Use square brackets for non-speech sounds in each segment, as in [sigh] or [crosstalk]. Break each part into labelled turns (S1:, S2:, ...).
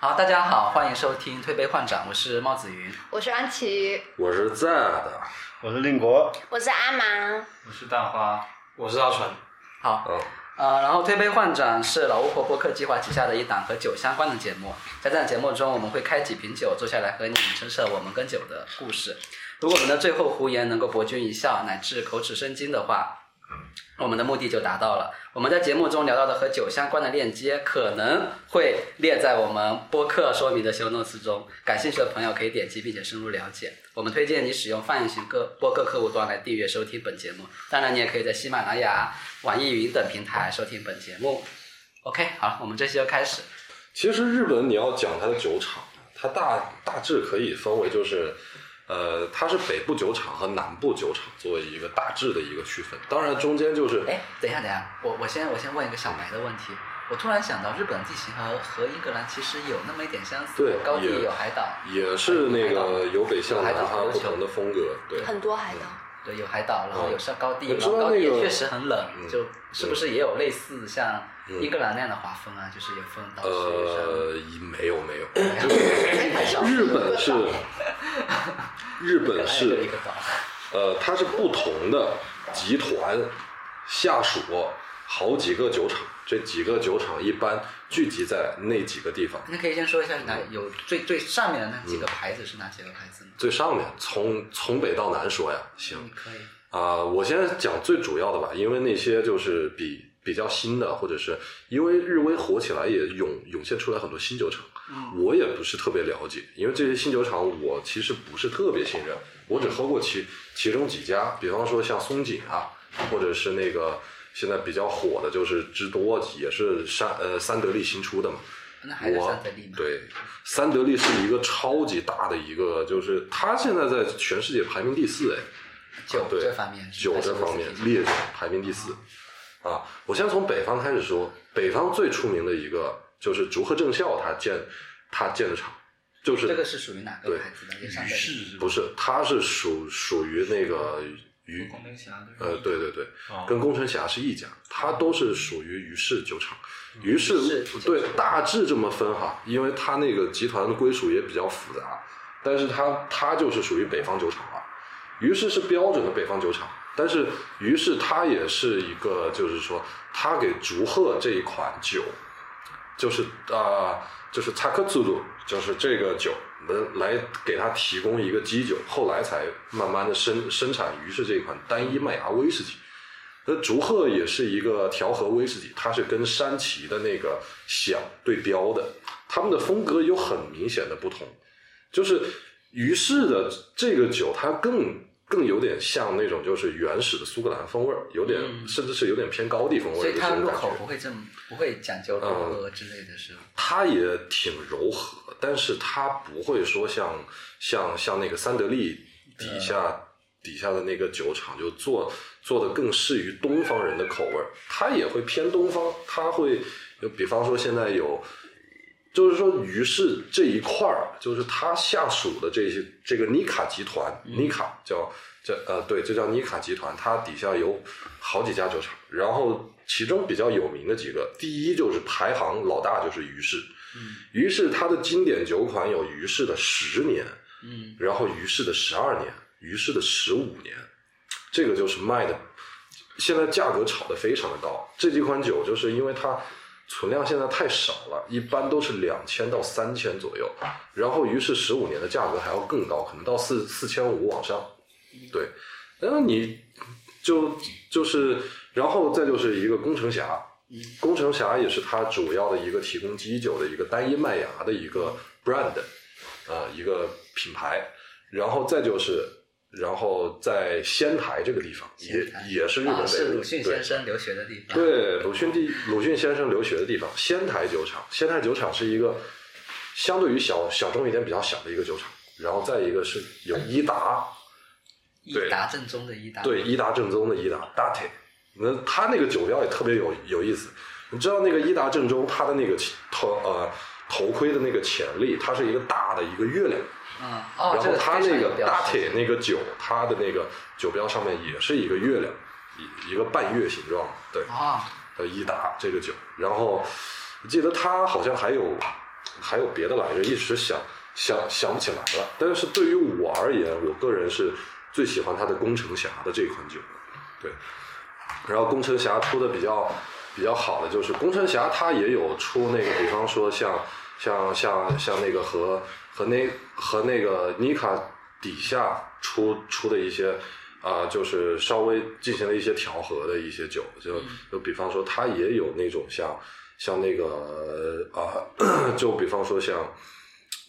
S1: 好，大家好，欢迎收听推杯换盏，我是帽子云。
S2: 我是安琪，
S3: 我是在的，
S4: 我是令国，
S2: 我是阿芒，
S5: 我是大花，我是阿纯。
S1: 好，
S3: 嗯，
S1: 呃，然后推杯换盏是老巫婆播客计划旗下的一档和酒相关的节目，在这档节目中，我们会开几瓶酒，坐下来和你陈设我们跟酒的故事。如果我们的最后胡言能够博君一笑，乃至口齿生津的话，我们的目的就达到了。我们在节目中聊到的和酒相关的链接，可能会列在我们播客说明的 show notes 中。感兴趣的朋友可以点击并且深入了解。我们推荐你使用泛用型各播客客户端来订阅收听本节目。当然，你也可以在喜马拉雅、网易云等平台收听本节目。OK，好了，我们这期就开始。
S3: 其实日本你要讲它的酒厂，它大大致可以分为就是，呃，它是北部酒厂和南部酒厂作为一个大致的一个区分。当然中间就是，
S1: 哎，等一下，等一下，我我先我先问一个小白的问题。我突然想到，日本地形和和英格兰其实有那么一点相似，
S3: 对
S1: 高地
S3: 也
S1: 有海岛，
S3: 也是那个由北向南
S1: 海岛
S3: 它不同的风格，对，
S2: 很多海岛，
S1: 对，有海岛，然后有上高地，
S3: 嗯我
S1: 然
S3: 知道
S1: 后高地
S3: 那
S1: 也
S3: 个
S1: 确实很冷，
S3: 嗯
S1: 就是不是也有类似像英格兰那样的滑风啊？就是有风到雪上。
S3: 呃，没有没有，
S1: [laughs]
S3: 就是日本是日本
S1: 本来有
S3: 是
S1: 一个岛，
S3: 呃，它是不同的集团下属好几个酒厂，这几个酒厂一般聚集在那几个地方。
S1: 那可以先说一下哪有最最上面的那几
S3: 嗯
S1: 个牌子是哪几个牌子吗？
S3: 最上面从从北到南说呀，行
S1: 嗯，可以。
S3: 啊、我先讲最主要的吧，因为那些就是比比较新的，或者是因为日威火起来也涌涌现出来很多新酒厂，
S1: 嗯
S3: 我也不是特别了解，因为这些新酒厂我其实不是特别信任，我只喝过其其中几家，比方说像松井啊，或者是那个现在比较火的就是芝多，也是山呃三得利新出的嘛，
S1: 那还是
S3: 我
S1: 三得利吗？，
S3: 对，三得利是一个超级大的一个，就是它现在在全世界排名第四，哎，
S1: 酒
S3: 对
S1: 这方面是，
S3: 酒这方面烈酒排名第四。啊，我先从北方开始说，北方最出名的一个就是竹贺正孝他建他建的厂，就是
S1: 这个是属于哪个
S3: 对
S1: 牌子的？也上得利。
S3: 不是它是属属于那个于
S5: 宫灯侠对吧
S3: 呃对对对，
S4: 啊
S3: 跟宫城侠是一家，它都是属于于氏酒厂。于
S1: 于
S3: 氏
S1: 氏
S3: 对大致这么分哈，因为它那个集团的归属也比较复杂，但是它它就是属于北方酒厂了。于氏是标准的北方酒厂，但是于氏它也是一个，就是说它给竹鹤这一款酒，就是啊、就是 t a k a z u r u 就是这个酒能来给它提供一个基酒，后来才慢慢的生生产于是这款单一麦芽威士忌。那竹鹤也是一个调和威士忌，它是跟山崎的那个响对标的，他们的风格有很明显的不同。就是于是的这个酒，它更更有点像那种就是原始的苏格兰风味儿，有点、甚至是有点偏高地风味
S1: 嗯所
S3: 儿
S1: 以
S3: 的这
S1: 它
S3: 种
S1: 入
S3: 感觉嗯
S1: 口。不会这么不会讲究融合之类的是吗？
S3: 它也挺柔和，但是它不会说像像像那个三得利底下、底下的那个酒厂就做做的更适于东方人的口味儿，它也会偏东方，它会有比方说现在有。就是说，于是这一块儿，就是它下属的这些这个妮卡集团，妮卡叫这呃对，这叫妮卡集团，它底下有好几家酒厂，然后其中比较有名的几个，第一就是排行老大就是于氏，于是它的经典酒款有于氏的十年，
S1: 嗯，
S3: 然后于氏的十二年，于氏的十五年，这个就是卖的，现在价格炒得非常的高。这几款酒就是因为它存量现在太少了，一般都是两千到三千左右，然后于是十五年的价格还要更高，可能到四四千五往上。对，然后你就就是，然后再就是一个工程侠，工程侠也是它主要的一个提供基酒的一个单一麦芽的一个 brand，呃，一个品牌。然后再就是，然后在仙台这个地方也
S1: 仙台
S3: 也是日本
S1: 啊，
S3: 北
S1: 是
S3: 部，
S1: 鲁迅
S3: 对
S1: 先生留学的地方。
S3: 对，鲁迅地鲁迅先生留学的地方，仙台酒厂。仙台酒厂是一个相对于小小众一点比较小的一个酒厂，然后再一个是有伊达，
S1: 伊达正宗的伊达。
S3: 对，伊达正宗的伊达 Date，那他那个酒标也特别有有意思。你知道那个伊达正宗，他的那个头呃头盔的那个潜力，它是一个大的一个月亮，
S1: 嗯，哦，
S3: 啊然
S1: 这
S3: 后它
S1: 非常
S3: 那
S1: 有
S3: 个
S1: 标识
S3: Date 那个酒，它的那个酒标上面也是一个月亮，一一个半月形状，对。
S1: 哦，
S3: 呃，伊达这个酒，然后我记得它好像还有还有别的来源，一时想想想不起来了。但是对于我而言，我个人是最喜欢它的《工程侠》的这一款酒的，对。然后《工程侠》出的比较比较好的就是《工程侠》，它也有出那个，比方说像像像像那个和和那和那个妮卡底下出出的一些。啊、就是稍微进行了一些调和的一些酒，就就比方说，它也有那种像像那个啊、就比方说像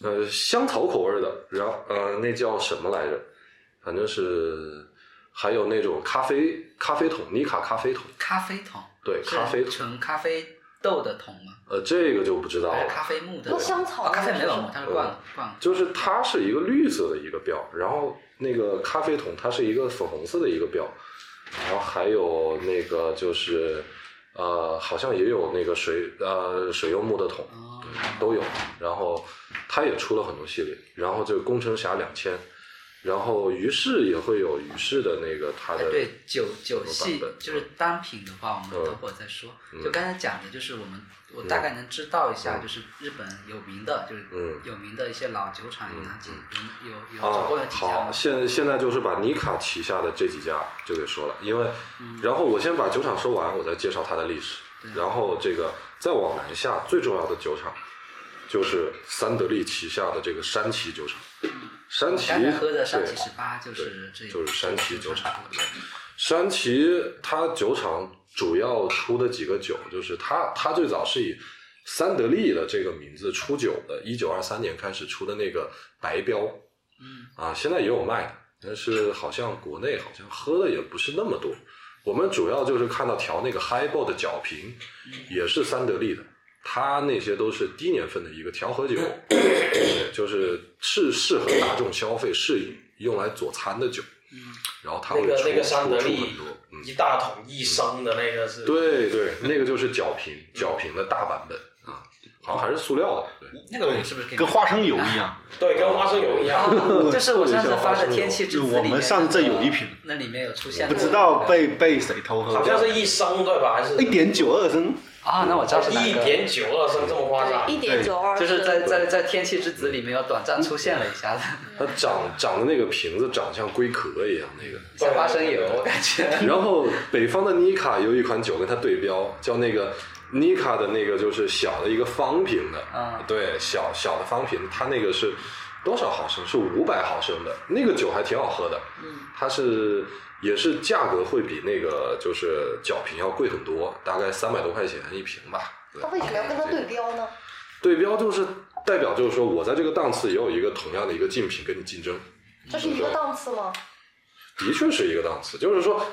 S3: 呃香草口味的，然后呃那叫什么来着？反正是还有那种咖啡咖啡桶，尼卡咖啡桶，
S1: 咖啡桶，
S3: 对
S1: 是
S3: 咖啡桶
S1: 纯咖啡豆的桶吗？
S3: 呃，这个就不知道
S1: 还是
S3: 了。
S1: 哎咖啡木的
S2: 那
S1: 桶？
S2: 香草
S1: 哦咖啡
S2: 呢
S1: 没有木，它是罐子罐子。
S3: 嗯就是它是一个绿色的一个标，然后那个咖啡桶它是一个粉红色的一个标，然后还有那个就是呃，好像也有那个水呃水柚木的桶，
S1: 哦
S3: 都有。然后它也出了很多系列，然后就工程侠两千，然后于是也会有于是的那个它
S1: 哎
S3: 的
S1: 对，酒酒系
S3: 什么版本
S1: 就是单品的话，我
S3: 嗯
S1: 们等会儿再说。
S3: 嗯
S1: 就刚才讲的，就是我们我大概能知道一下，就是日本有名的，就是
S3: 嗯
S1: 有名的一些老酒厂有哪几有有有
S3: 啊
S1: 总共有，几家
S3: 好，
S1: 吗？
S3: 现现在就是把尼卡旗下的这几家就给说了，因为，
S1: 嗯
S3: 然后我先把酒厂说完，我再介绍它的历史，然后这个再往南下最重要的酒厂就是三得利旗下的这个山崎酒厂，山崎
S1: 嗯刚才喝的山
S3: 对
S1: 崎十八就是这
S3: 就是山崎酒厂
S1: 出的
S3: 山崎它酒厂主要出的几个酒，就是它它最早是以三得利的这个名字出酒的，一九二三年开始出的那个白标，
S1: 嗯，
S3: 啊，现在也有卖的，但是好像国内好像喝的也不是那么多。我们主要就是看到调那个 highball 的角瓶，
S5: 嗯
S3: 也是三得利的，它那些都是低年份的一个调和酒，对
S5: 嗯
S3: 就是是适合大众消费，是用来佐餐的酒。然后它会
S5: 嗯那
S3: 出
S5: 个那个
S3: 出
S5: 桑德
S3: 出
S5: 利
S3: 很多，嗯，
S5: 一大桶一升的那个是，
S3: 对对，那个就是角瓶，角瓶的大版本啊，好像还是塑料的，对。
S5: 嗯
S1: 那个我是不是可以
S4: 跟花生油一样。
S5: 对，跟花生油
S3: [laughs]
S5: 一样。
S1: 啊就是我上次发的《天气之
S4: 就
S1: 子》
S4: 我
S1: 里面
S4: 们上次
S1: 那个
S4: 有一瓶，
S1: 那里面有出现
S4: 不
S1: 的，
S4: 知道被被谁偷喝
S5: 好
S4: 掉
S5: 像
S4: 了，
S5: 是一升对吧？还是
S4: 一点九二升，
S1: 啊，那我知道是哪
S5: 一
S1: 个。
S5: 点九二升这么夸张？
S2: 一点九二，
S1: 就是在在在《天气之子》里面有短暂出现了一下子，
S3: 它长长的那个瓶子长得像龟壳一样，那个
S1: 像花生油，我感觉。
S3: 然后北方的妮卡有一款酒跟它对标，叫那个妮卡的那个就是小的一个方瓶的，
S1: 啊
S3: 对，小小的方瓶，它那个是多少毫升？是五百毫升的，那个酒还挺好喝的，嗯，它是也是价格会比那个就是角瓶要贵很多，大概三百多块钱一瓶吧。对
S2: 他为什么要跟他对标呢？
S3: 对标就是代表就是说我在这个档次也有一个同样的一个竞品跟你竞争，
S2: 这是一个档次吗？
S3: 的确是一个档次，就是说，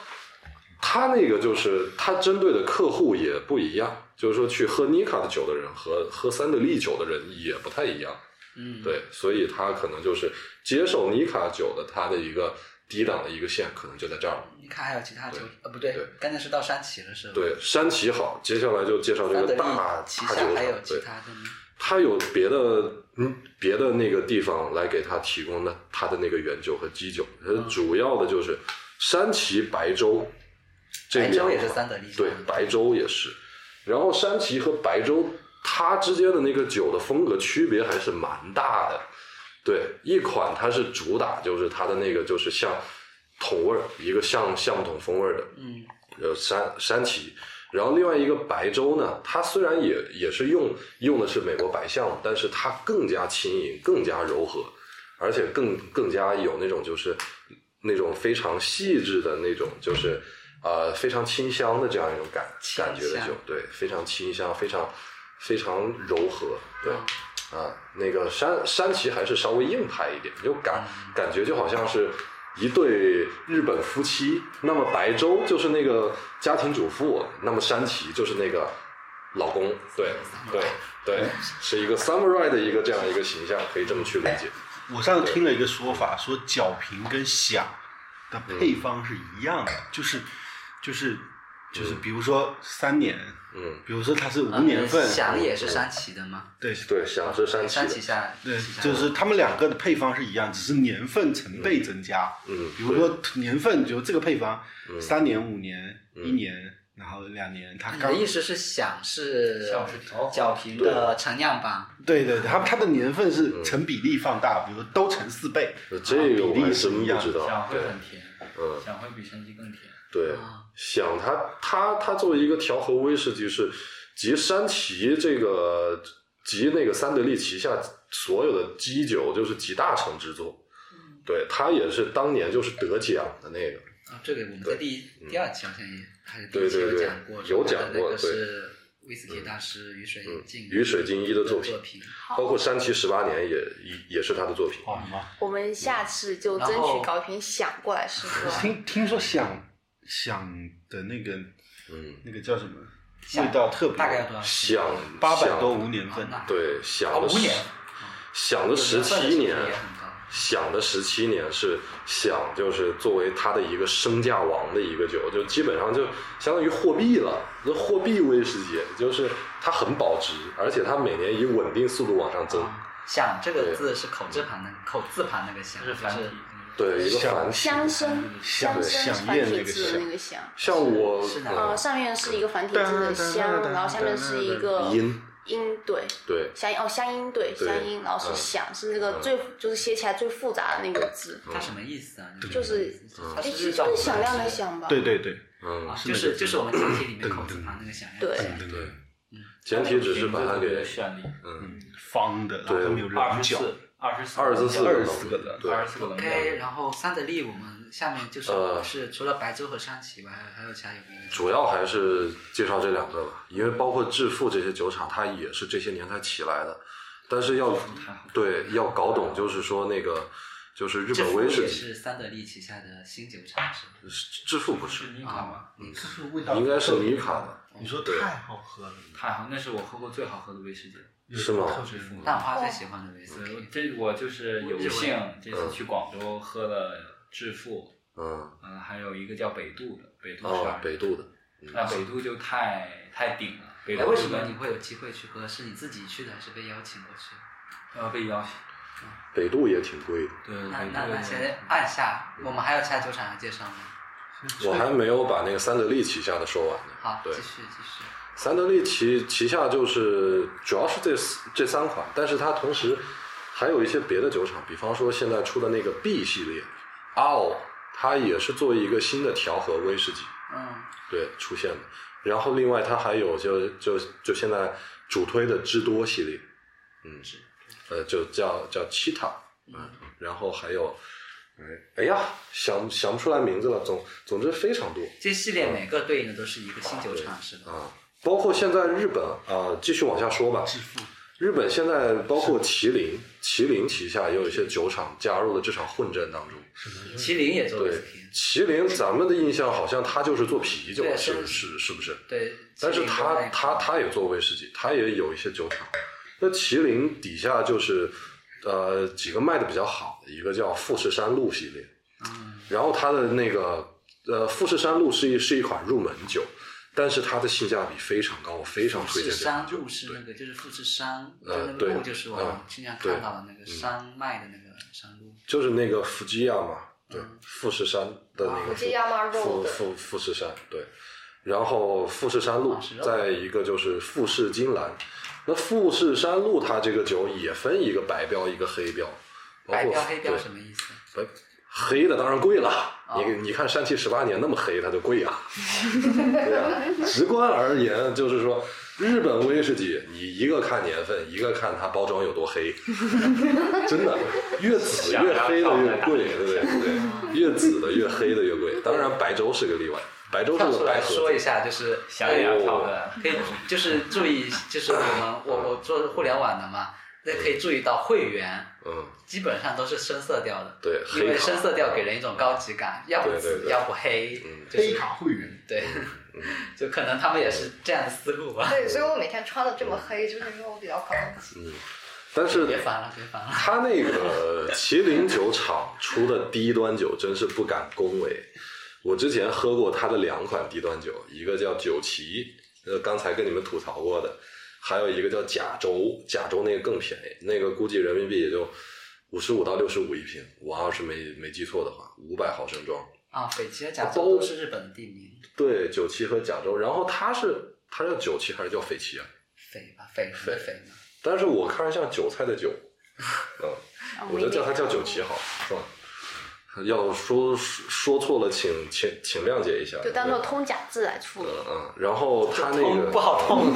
S3: 他那个就是他针对的客户也不一样，就是说去喝妮卡的酒的人和喝三得利酒的人也不太一样，
S1: 嗯，
S3: 对，所以他可能就是接受妮卡酒的他的一个低档的一个线，可能就在这儿了。
S1: 你看还有其他酒
S3: 对，
S1: 呃，不对
S3: 对，
S1: 刚才是到山崎了，是吧？，
S3: 对，山崎好，接下来就介绍这
S1: 三
S3: 个
S1: 得利
S3: 大大
S1: 旗
S3: 酒厂
S1: 下还有，其
S3: 对，
S1: 他的吗？
S3: 他有别的嗯别的那个地方来给他提供的他的那个原酒和基酒，呃
S1: 嗯
S3: 主要的就是山崎白州。这
S1: 白州
S3: 两
S1: 也是
S3: 款
S1: 三得利，
S3: 对，白粥也是。然后山崎和白粥，它之间的那个酒的风格区别还是蛮大的。对，一款它是主打就是它的那个就是像桶味儿，一个像橡木桶风味儿的，
S1: 嗯，
S3: 呃山山崎。然后另外一个白粥呢，它虽然也也是用用的是美国白橡，但是它更加轻盈，更加柔和，而且更更加有那种就是那种非常细致的那种就是呃非常清香的这样一种感
S1: 清
S3: 感觉的
S1: 香
S3: 酒，对，非常清香，非常非常柔和，对。
S1: 嗯
S3: 啊，那个山山崎还是稍微硬派一点，就感感觉就好像是一对日本夫妻。那么白粥就是那个家庭主妇，那么山崎就是那个老公，对对对，是一个 samurai 的一个这样一个形象，可以这么去理解。
S4: 我上次听了一个说法，说角瓶跟响的配方是一样的，就是就是就是，比如说三年，
S3: 嗯，
S4: 比如说它是五
S1: 啊
S4: 年份，
S1: 翔也是山崎的吗？
S4: 对
S3: 对，想是山
S1: 山
S3: 崎
S1: 崎
S3: 的，
S1: 下，
S4: 对
S1: 旗，下
S4: 就是他们两个的配方是一样，只是年份成倍增加。
S3: 嗯，
S4: 比如说年份，比如这个配方，三年、五年、一年、然后两年他
S1: 你
S4: 刚
S1: 的意思是响是
S5: 响是调和
S1: 角瓶的陈酿版，
S4: 对对，对它它的年份是成比例放大，比如都乘四倍，
S3: 这个我
S4: 比
S3: 还
S4: 例是
S3: 真
S4: 一
S3: 不
S4: 样
S3: 知
S4: 的。
S3: 道
S6: 想。会
S3: 对，
S6: 很甜，
S3: 嗯，
S6: 想会比陈皮更甜。
S3: 对
S1: 啊，
S3: 想它它它作为一个调和威士忌是集山崎这个集那个三得利旗下所有的基酒，就是集大成之作。
S1: 嗯
S3: 对，它也是当年就是得奖的那个。
S1: 啊，这个我们在第一第二期好像也还是第一
S3: 嗯对
S1: 期
S3: 对
S1: 有
S3: 对
S1: 讲过，
S3: 有
S1: 说
S3: 讲
S1: 它的
S3: 过
S1: 那个
S3: 对
S1: 是威斯基大师于水静
S3: 嗯于水静一的
S1: 作
S3: 作品
S1: 品。
S3: 包括山崎十八年也也也是他的作品。
S4: 好吗？
S2: 我们下次就争
S1: 然后
S2: 取搞一瓶响过来试
S1: 嗯
S2: 试。
S4: 听听说想想的那个
S3: 嗯，
S4: 那个叫什么
S1: 想
S4: 味道特别，
S1: 大概要多少钱？
S3: 想
S4: 八百
S3: 想
S4: 多无年份，
S1: 那
S3: 对，想了
S5: 五年
S3: 十
S1: 啊
S3: 想了十七年，想了十七年是想就是作为他的一个身价王的一个酒，就基本上就相当于货币了。这货币威士忌就是它很保值，而且它每年以稳定速度往上增。
S1: 想这个
S3: 对嗯
S1: 字是口字旁那个口字旁那个想，
S5: 是
S1: 就
S5: 繁体
S1: 是。
S3: 对，一个
S4: 想
S3: 繁体。
S2: 香生，
S4: 想
S2: 香生
S4: 想
S2: 繁
S4: 念那
S2: 体
S4: 个
S2: 字的那
S4: 想
S2: 个香，
S3: 像我
S1: 是哪
S2: 呃，
S3: 呃
S2: 上面是一个繁体字的香，然后下面是一个
S3: 音，
S2: 音，对，
S3: 对
S2: 香音哦，香音对，
S3: 对
S2: 香音，然后是响，是那个最就是写起来最复杂的那个字，
S1: 它什么意思啊？
S2: 就是
S1: 它
S2: 哎，
S1: 是
S2: 是
S1: 日照
S2: 就是响亮的
S1: 想，
S2: 响吧？
S4: 对对对，
S3: 嗯
S1: 啊，
S4: 是
S1: 就
S4: 那
S1: 是
S4: 个
S1: 就是我们简体里面口字
S4: 噔
S1: 旁那个想。
S2: 对
S1: 想
S4: 对
S3: 对，简体只是把它给
S6: 绚丽，
S3: 嗯
S4: 方的，
S3: 对
S4: 然后没有
S6: 二
S4: 棱
S6: 十
S4: 角，
S6: 四，二十四，
S3: 二十四个
S4: 个棱
S3: 棱
S4: 角
S3: 对，
S6: 二十四个棱角。
S1: OK，然后三得利我们下面就是
S3: 嗯呃
S1: 是除了白州和山崎以外，还有其他有名的。
S3: 主要还是介绍这两个吧，因为包括致富这些酒厂，它也是这些年才起来的，但是要对要搞懂，就是说那个就是日
S1: 致
S3: 本
S1: 富
S3: 威士
S1: 也
S3: 忌，
S1: 是三得利旗下的新酒厂是吗？
S3: 致富不是
S6: 是，尼卡吗？
S4: 就是味道
S3: 应该是尼卡的，
S4: 你说
S3: 对
S4: 太好喝了，
S6: 太好，那是我喝过最好喝的威士忌。
S3: 是吗
S4: 特别
S6: 丰富
S1: 蛋花最喜欢的威士
S6: 对，我
S1: 忌，
S6: 这我就是有幸这次去广州喝了致富，
S3: 嗯，
S6: 嗯，还有一个叫北渡的，北渡是
S3: 哦
S6: 吧，？
S3: 北渡的，
S6: 那北渡就太太顶了。北
S1: 哎，
S6: 渡
S1: 为什么
S6: 跟
S1: 你会有机会去喝？是你自己去的，还是被邀请过去？
S3: 啊
S6: 呃被邀请？
S3: 北渡也挺贵的，
S6: 对，
S1: 那
S6: 北渡
S1: 那那
S6: 的
S1: 先按下，我们还有其他酒厂要介绍吗？
S3: 我还没有把那个三得利旗下的说完呢。
S1: 好，继
S3: 对
S1: 续继续。
S3: 三得利旗旗下就是主要是这四这三款，但是它同时还有一些别的酒厂，比方说现在出的那个 B 系列 RO，它也是作为一个新的调和威士忌
S1: 嗯，
S3: 对出现的。然后另外它还有就就就现在主推的芝多系列，嗯，呃就叫叫 Chita，嗯，然后还有。哎哎呀，想想不出来名字了，总总之非常多。
S1: 这系列每个对应的都是一个新酒厂是吧？
S3: 啊，包括现在日本啊、呃继续往下说吧。日本现在包括麒麟，麒麟旗下也有一些酒厂加入了这场混战当中。
S1: 麒麟也做威
S3: 对
S1: 士忌，，
S3: 麒麟咱们的印象好像它就是做啤酒
S1: 对，
S3: 是不
S1: 是
S3: 是是不是？
S1: 对，
S3: 但是
S1: 麒麟都
S3: 它
S1: 在
S3: 它它也做威士忌，它也有一些酒厂。那麒麟底下就是呃几个卖的比较好的，一个叫富士山路系列，
S1: 嗯
S3: 然后它的那个呃富士山路是一是一款入门酒，但是它的性价比非常高，我非常
S1: 富
S3: 推
S1: 士
S3: 荐这款
S1: 山
S3: 酒
S1: 路。是那个，就是富士山，就
S3: 呃
S1: 那个
S3: 对
S1: 路就是我
S3: 嗯
S1: 经常
S3: 对
S1: 看到的那个山脉的那个山路。
S3: 就是那个福基亚嘛，对，
S1: 嗯
S3: 富士山的那
S1: 哦
S3: 个
S2: 福基亚马肉
S3: 富
S2: 的
S3: 富富士山，对。然后富士山路
S1: 啊是肉，
S3: 再一个就是富士金兰。那富士山路它这个酒也分一个白标一个黑标，包括
S1: 白标黑标
S3: 对
S1: 什么意思？
S3: 白黑的当然贵了，
S1: 啊
S3: 你你看山崎十八年那么黑，它就贵
S1: [laughs]
S3: 啊。对啊，直观而言就是说，日本威士忌你一个看年份，一个看它包装有
S1: [laughs]
S3: 多黑，真的，越紫越黑的越贵，对不对？对，越紫的越黑的越贵。当然白州是个例外，白州是
S1: 跳出
S3: 个白
S1: 来
S3: 盒
S1: 说一
S3: 子，
S1: 下，就是
S5: 想也要跳
S3: 哦
S5: 的。
S1: 可以就是注意，就是我们我我做互联网的嘛，那可以注意到会员
S3: 嗯，
S1: 基本上都是深色调的，
S3: 对，
S1: 因
S3: 黑
S1: 为
S3: 卡
S1: 深色调给人一种高级感，要不
S3: 对对
S1: 紫，
S3: 对嗯
S1: 要不黑，就是
S4: 黑卡会员，
S1: 对， [laughs] 就可能他们也是这样的思路吧。
S2: 对，所以我每天穿的这么黑，就是因为我比较高级。
S3: 但是
S1: 别烦了，别烦了。
S3: 他那个麒麟酒厂出的低端酒真是不敢恭维。我之前喝过他的两款低端酒，一个叫酒旗，呃，刚才跟你们吐槽过的，还有一个叫甲州，甲州那个更便宜，那个估计人民币也就五十五到六十五一瓶，我要是没没记错的话，五百毫升装。
S1: 啊，北极和甲
S3: 哦
S1: 州都是日本的地名，
S3: 对，九旗和甲州，然后它是它叫九旗还是叫斐旗啊？
S1: 匪吧，匪什么匪呢？
S3: 但是我看着像韭菜的
S2: [laughs]
S3: 韭，嗯，
S2: 啊
S3: 我
S2: 没
S3: 觉得叫它
S2: 领
S3: 叫九旗好，是吧？要说说错了，请请请谅解一下。
S2: 就当做通假字来处理。
S3: 嗯，然后它那个嗯
S4: 不好痛。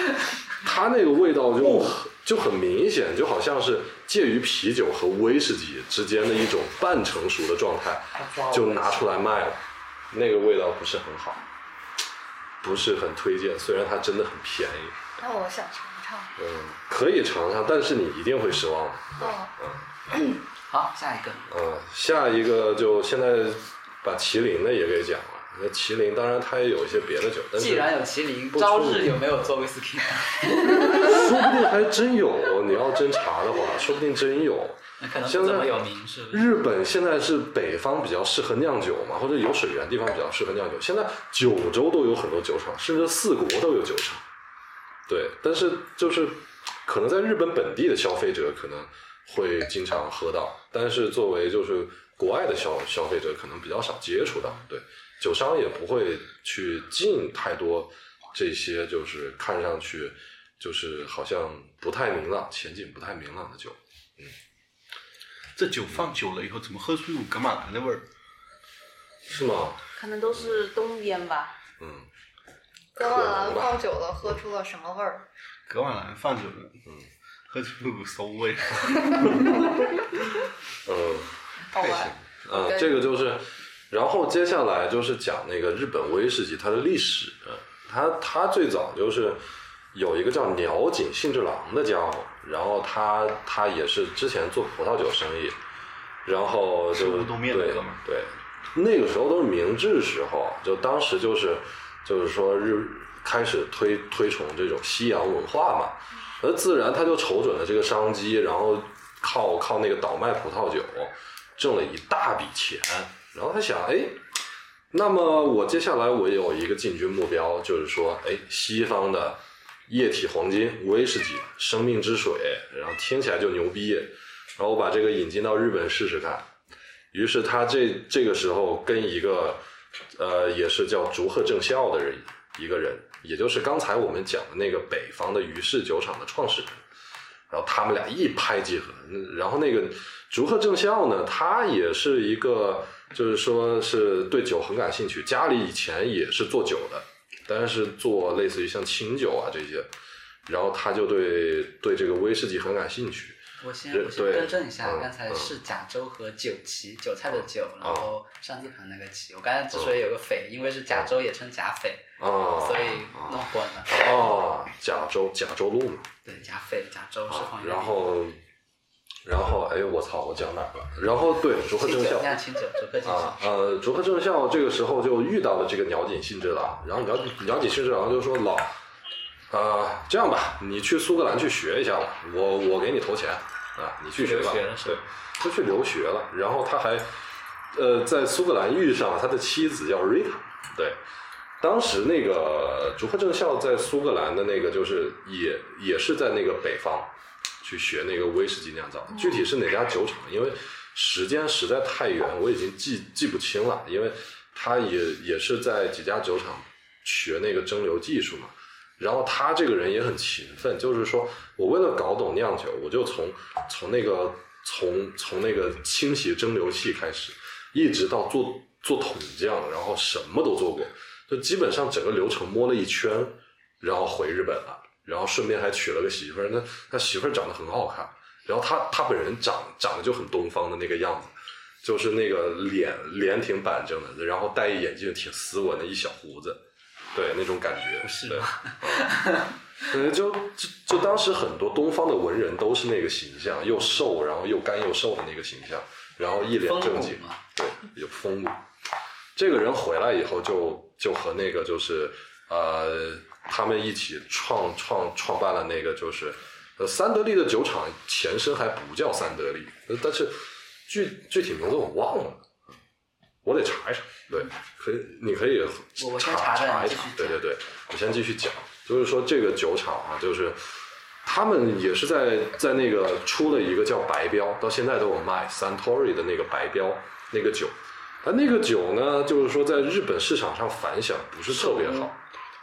S2: [laughs]
S3: 它那个味道就很就很明显，就好像是介于啤酒和威士忌之间的一种半成熟的状态，就拿出来卖了。那个味道不是很好，不是很推荐。虽然它真的很便宜，
S2: 那我想尝尝。
S3: 嗯，可以尝尝，但是你一定会失望的。啊
S2: 哦，
S1: 好，下一个，
S3: 嗯，下一个就现在把麒麟的也给讲了。那麒麟当然它也有一些别的酒，但是
S1: 既然有麒麟，
S3: 不
S1: 朝
S3: 出
S1: 日有没有做威士忌？ [laughs]
S3: 说不定还真有。你要真查的话，说不定真有。
S1: 那可能
S3: 现
S1: 不怎么
S3: 在
S1: 有名，是不是？
S3: 日本现在是北方比较适合酿酒嘛，或者有水源地方比较适合酿酒。现在九州都有很多酒厂，甚至四国都有酒厂。对，但是就是可能在日本本地的消费者可能会经常喝到，但是作为就是国外的消消费者可能比较少接触到。对，酒商也不会去进太多这些就是看上去就是好像不太明朗、前景不太明朗的酒。
S4: 这酒放久了以后，怎么喝出一股格马兰的味儿？
S3: 是吗？
S2: 可能都是东边吧。
S3: 嗯，
S7: 格马兰泡久了，喝出了什么味儿？
S4: 格马兰放久了，嗯，喝出一股馊味。
S3: 嗯。
S2: 好玩。
S3: 嗯，
S7: 对
S3: 这个就是，然后接下来就是讲那个日本威士忌它的历史。它它最早就是有一个叫鸟井信治郎的家伙，然后他他也是之前做葡萄酒生意，然后
S4: 吃
S3: 就
S4: 乌冬面的
S3: 对
S4: 哥们儿
S3: 对，那个时候都是明治时候，就当时就是就是说日开始推推崇这种西洋文化嘛，那自然他就瞅准了这个商机，然后靠靠那个倒卖葡萄酒挣了一大笔钱，然后他想，哎，那么我接下来我有一个进军目标，就是说，哎，西方的液体黄金威士忌，生命之水，然后听起来就牛逼，然后我把这个引进到日本试试看。于是他这这个时候跟一个呃也是叫竹贺正孝的人一个人，也就是刚才我们讲的那个北方的于氏酒厂的创始人，然后他们俩一拍即合。嗯然后那个竹贺正孝呢，他也是一个就是说是对酒很感兴趣，家里以前也是做酒的，但是做类似于像清酒啊这些，然后他就对对这个威士忌很感兴趣。
S1: 我先
S3: 对
S1: 我先更正一下，
S3: 嗯
S1: 刚才
S3: 嗯哦
S1: 是甲州和九旗，韭菜的韭，然后上地旁那个旗。我刚才之所以有个匪，因为是甲
S3: 哦
S1: 州也称甲匪，
S3: 啊，
S1: 所以弄混了。
S3: 哦，甲州甲州路嘛，
S1: 对，甲匪、甲州是
S3: 啊
S1: 方，言。
S3: 然后，然后，哎，我操，我讲哪儿了？然后对，竹贺
S1: 清
S3: 正孝
S1: 酒酿清酒，逐客进
S3: 啊
S1: 行。，
S3: 呃，竹贺正孝这个时候就遇到了这个鸟井信之郎，然后鸟鸟井信之郎就说老，啊、这样吧，你去苏格兰去学一下吧，我我给你投钱啊，你去学吧，
S1: 去留学了是
S3: 对，他去留学了，然后他还，呃，在苏格兰遇上了他的妻子叫 Rita，对。当时那个竹贺正孝在苏格兰的那个，就是也也是在那个北方去学那个威士忌酿造，具体是哪家酒厂，因为时间实在太远，我已经记记不清了，因为他也也是在几家酒厂学那个蒸馏技术嘛。然后他这个人也很勤奋，就是说我为了搞懂酿酒，我就从从那个从从那个清洗蒸馏器开始，一直到做做桶酱，然后什么都做过，就基本上整个流程摸了一圈，然后回日本了，然后顺便还娶了个媳妇儿。那他媳妇儿长得很好看，然后他他本人长长得就很东方的那个样子，就是那个脸脸挺板正的，然后戴一眼镜，挺斯文的一小胡子，对那种感觉是的。嗯，就就就当时很多东方的文人都是那个形象，又瘦，然后又干又瘦的那个形象，然后一脸
S1: 风
S3: 正
S1: 骨
S3: 经，
S1: 嘛，
S3: 对，有风骨。这个人回来以后就，就和那个就是呃，他们一起创创创办了那个就是呃三得利的酒厂，前身还不叫三得利，呃但是具具体名字我忘了，我得查一查。对，可以，你可以
S1: 嗯我我先查
S3: 查
S1: 着
S3: 一
S1: 你继
S3: 查
S1: 续。
S3: 对对
S1: 讲
S3: 对，我先继续讲，就是说这个酒厂啊，就是。他们也是在在那个出了一个叫白标，到现在都有卖 Santori 的那个白标那个酒，但那个酒呢，就是说在日本市场上反响不是特别好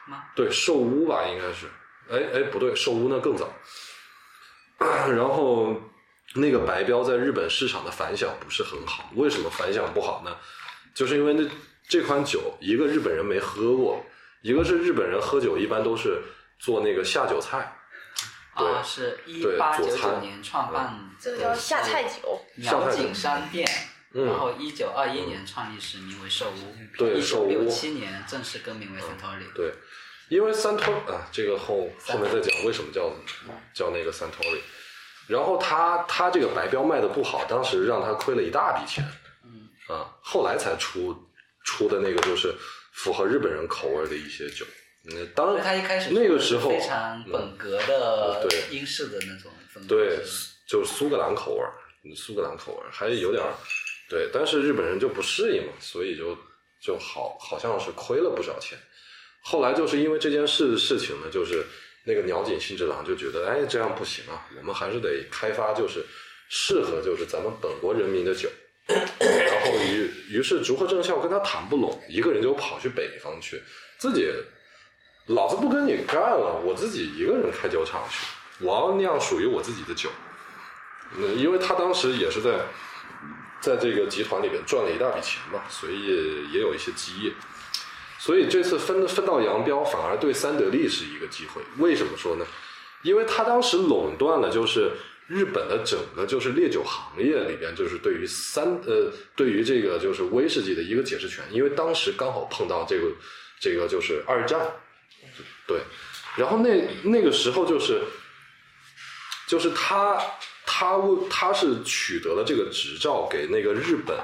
S1: 吗。
S3: 对，寿屋吧，应该是。哎哎，不对，寿屋那更早。 [coughs] 然后那个白标在日本市场的反响不是很好，为什么反响不好呢？就是因为那这款酒，一个日本人没喝过，一个是日本人喝酒一般都是做那个下酒菜，对
S1: 啊，是一
S3: 对
S1: 八
S3: 佐
S1: 九九
S3: 餐
S1: 年创办
S2: 这个叫下菜酒，
S1: 鸟井商店，
S3: 嗯
S1: 然后一九二一年创立时名为寿屋，
S3: 对
S1: 一
S3: 寿
S1: 九
S3: 屋嗯
S1: 六七年正式更名为 Suntory。
S3: 对，因为三托啊，这个后后面再讲为什么叫叫那个三托里。然后他他这个白标卖的不好，当时让他亏了一大笔钱。嗯啊，后来才出出的那个就是符合日本人口味的一些酒。嗯，当
S1: 所以他
S3: 然
S1: 一开始
S3: 那个时候
S1: 非常本格
S3: 嗯
S1: 的
S3: 对
S1: 英式的那种风格，
S3: 对
S1: 是吧，
S3: 就是苏格兰口味儿，嗯苏格兰口味儿还有点儿对，但是日本人就不适应嘛，所以就就好好像是亏了不少钱。后来就是因为这件事事情呢，就是那个鸟井新之郎就觉得，哎，这样不行啊，我们还是得开发就是适合就是咱们本国人民的酒。然后于于是竹贺正孝跟他谈不拢，一个人就跑去北方去，自己老子不跟你干了，我自己一个人开酒厂去，我要酿属于我自己的酒。嗯，因为他当时也是在在这个集团里面赚了一大笔钱嘛，所以也有一些基业。所以这次分分道扬镳，反而对三得利是一个机会。为什么说呢？因为他当时垄断了，就是日本的整个就是烈酒行业里边，就是对于三呃，对于这个就是威士忌的一个解释权。因为当时刚好碰到这个这个就是二战，对，然后那那个时候就是就是他他他是取得了这个执照，给那个日本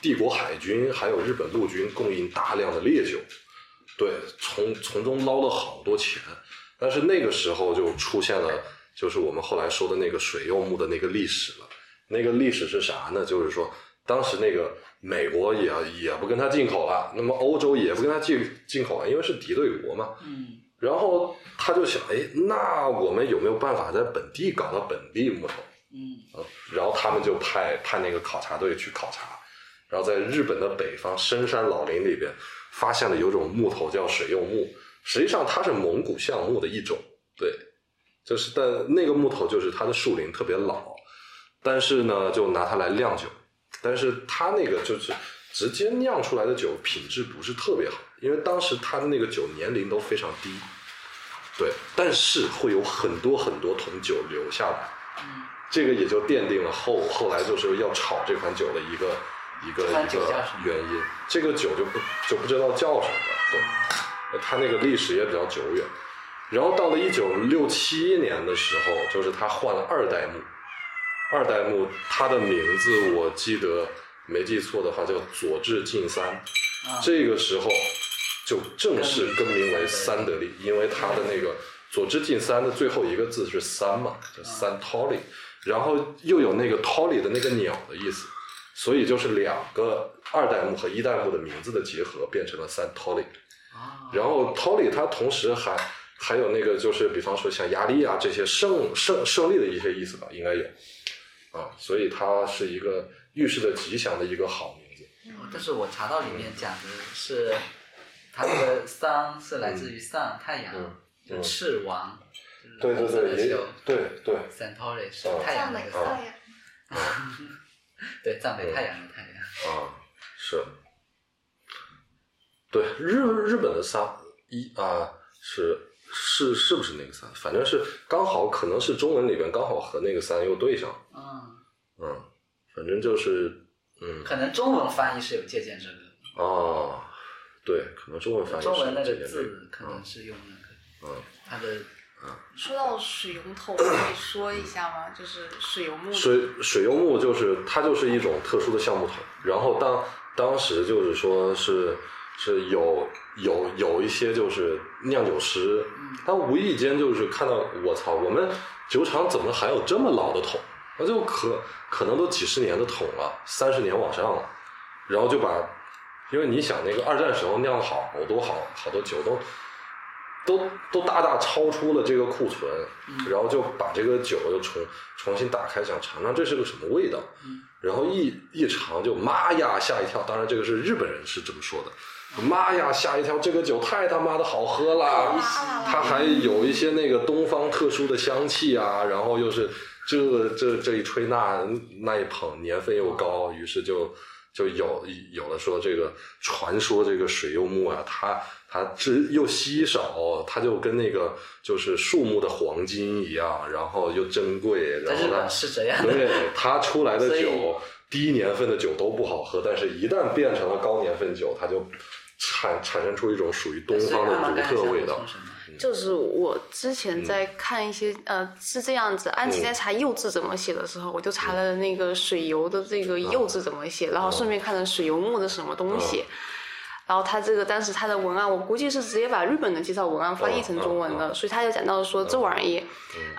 S3: 帝国海军还有日本陆军供应大量的烈酒，对，从从中捞了好多钱。但是那个时候就出现了，就是我们后来说的那个水柚木的那个历史了。那个历史是啥呢？就是说，当时那个美国也也不跟他进口了，那么欧洲也不跟他进进口了，因为是敌对国嘛。
S1: 嗯，
S3: 然后他就想，哎，那我们有没有办法在本地搞到本地木头？
S1: 嗯，
S3: 嗯然后他们就派派那个考察队去考察，然后在日本的北方深山老林里边发现了有种木头叫水柚木，实际上它是蒙古橡木的一种，对，就是但那个木头就是它的树龄特别老，但是呢就拿它来酿酒，但是它那个就是直接酿出来的酒品质不是特别好，因为当时它的那个酒年龄都非常低，对，但是会有很多很多桶酒留下来。这个也就奠定了后后来就是要炒这款酒的一个一个
S1: 这
S3: 一
S1: 款酒
S3: 个
S1: 叫什么
S3: 原因。这个酒就不就不知道叫什么了，对，它那个历史也比较久远。然后到了一九六七年的时候，就是他换了二代目，二代目他的名字我记得没记错的话叫佐治进三，
S1: 啊
S3: 这个时候就正式更名为三得利，因为他的那个佐治进三的最后一个字是三嘛，叫三 Tolly，然后又有那个 Tolly 的那个鸟的意思，所以就是两个二代目和一代目的名字的结合变成了三 Tolly。然后 Tolly 它同时还还有那个就是比方说像压力啊这些胜胜胜利的一些意思吧，应该有啊，所以它是一个预示着吉祥的一个好名字。
S1: 哦但是我查到里面讲的是，它这个桑是来自于上太阳
S3: 嗯，
S1: 就赤王，
S3: 对对对，也有
S1: 有
S3: 对对
S1: Suntory 是
S3: 哦
S2: 嗯
S1: 太
S7: 赞
S1: 阳那
S7: 美
S1: 个
S7: 赞
S2: 哎
S1: 桑，
S7: 呀，
S1: 对，赞美太阳的太阳。
S3: 啊，是，对日日本的三一啊是是是不是那个三？反正是刚好可能是中文里边刚好和那个三又对上了，
S1: 嗯，
S3: 嗯，反正就是嗯
S1: 可能中文翻译是有借鉴这个，
S3: 哦，对，可能中文翻译
S1: 中文那
S3: 是
S1: 个
S3: 这
S1: 字可
S3: 嗯
S1: 能是用那个
S3: 嗯
S1: 它的
S7: 说到水龙头，可以说一下吗？就是水油木，
S3: 水水柚木就是它就是一种特殊的橡木桶，然后当当时就是说是是有有有一些就是酿酒师，
S1: 嗯
S3: 他无意间就是看到我操，我们酒厂怎么还有这么老的桶？那就可可能都几十年的桶了，三十年往上了，然后就把，因为你想那个二战时候酿了好多好好多酒都都都大大超出了这个库存，然后就把这个酒又重重新打开，想尝尝这是个什么味道。然后一一尝就妈呀吓一跳，当然这个是日本人是这么说的，妈呀吓一跳，这个酒太他妈的好喝啦！它还有一些那个东方特殊的香气啊，然后又是这这这一吹那那一捧，年份又高，于是就就有有了说这个传说这个水柚木啊，它它之又稀少，它就跟那个就是树木的黄金一样，然后又珍贵，
S1: 在
S3: 然后
S1: 日
S3: 呢
S1: 本是这样的，
S3: [laughs] 对，它出来的
S1: 所以
S3: 酒，低年份的酒都不好喝，但是一旦变成了高年份酒，它就产产生出一种属于东
S1: 所以
S3: 方
S1: 阿玛
S3: 的独
S1: 干
S3: 特
S1: 想
S3: 味道
S1: 补充。什么
S2: 就是我之前在看一些、呃是这样子，安琪在查柚字怎么写的时候，我就查了那个水油的这个柚字怎么写，然后顺便看了水油木的什么东西。然后他这个当时他的文案，我估计是直接把日本的介绍文案翻译成中文的，
S3: 嗯嗯
S2: 所以他就讲到说这玩意，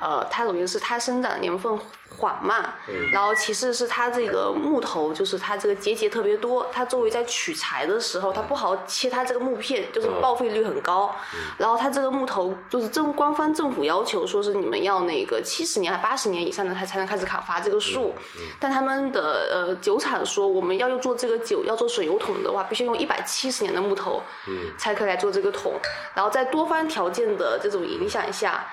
S2: 呃，它等于是它生长年份缓慢，然后其次是它这个木头就是它这个结节特别多，它作为在取材的时候它不好切它这个木片，就是报废率很高。然后它这个木头就是政官方政府要求说是你们要那个七十年还八十年以上的它才能开始砍伐这个树，但他们的呃酒厂说我们要用做这个酒要做水油桶的话，必须用一百七十年的木头，
S3: 嗯
S2: 才可以来做这个桶。然后在多方条件的这种影响下。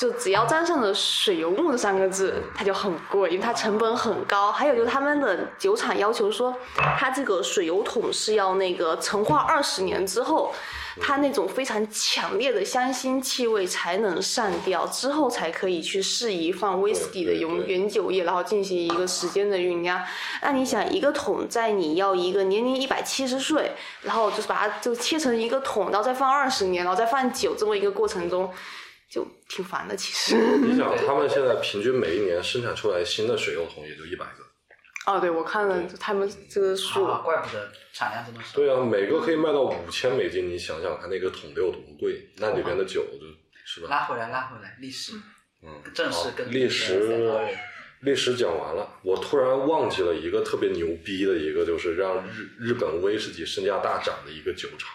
S2: 就只要沾上了“水油木”这三个字，它就很贵，因为它成本很高。还有就是他们的酒厂要求说，它这个水油桶是要那个陈化二十年之后，它那种非常强烈的香辛气味才能散掉，之后才可以去适宜放威士忌的
S3: 对
S2: 原
S3: 对
S2: 原酒液，然后进行一个时间的酝酿。那你想，一个桶在你要一个年龄一百七十岁，然后就是把它就切成一个桶，然后再放二十年，然后再放酒这么一个过程中，就挺烦的。其实， [laughs]
S3: 你想，他们现在平均每一年生产出来新的水油桶也就一百个。
S2: 哦，对我看了他们这个数，
S1: 啊，怪不得产量这么少。
S3: 对啊，每个可以卖到五千美金，你想想看那个桶得有多贵，那里边的酒就是吧？
S1: 拉回来，拉回来，历史，
S3: 嗯，
S1: 正式跟
S3: 历史历史讲完了，我突然忘记了一个特别牛逼的一个，就是让日日本威士忌身价大涨的一个酒厂。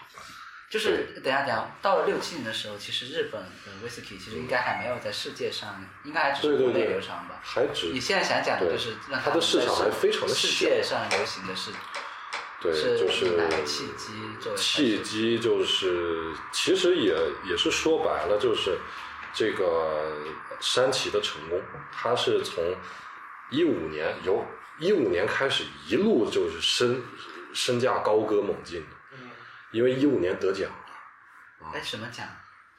S1: 就是等一下等一下，到了六七年的时候，其实日本的威士忌其实应该还没有在世界上，应该还只是
S3: 对对
S1: 国内
S3: 对
S1: 流传吧。
S3: 还只
S1: 你现在想讲的
S3: 对
S1: 就是让
S3: 它的
S1: 们
S3: 市场
S1: 在
S3: 还非常的
S1: 世
S3: 小
S1: 界上流行的是
S3: 对，就是是
S1: 哪个契机作为
S3: 契
S1: 开始
S3: 机就是，其实也也是说白了，就是这个山崎的成功，它是从一五年由一五年开始一路就是身身价高歌猛进的，因为一五年得奖了。嗯
S1: 哎什么奖？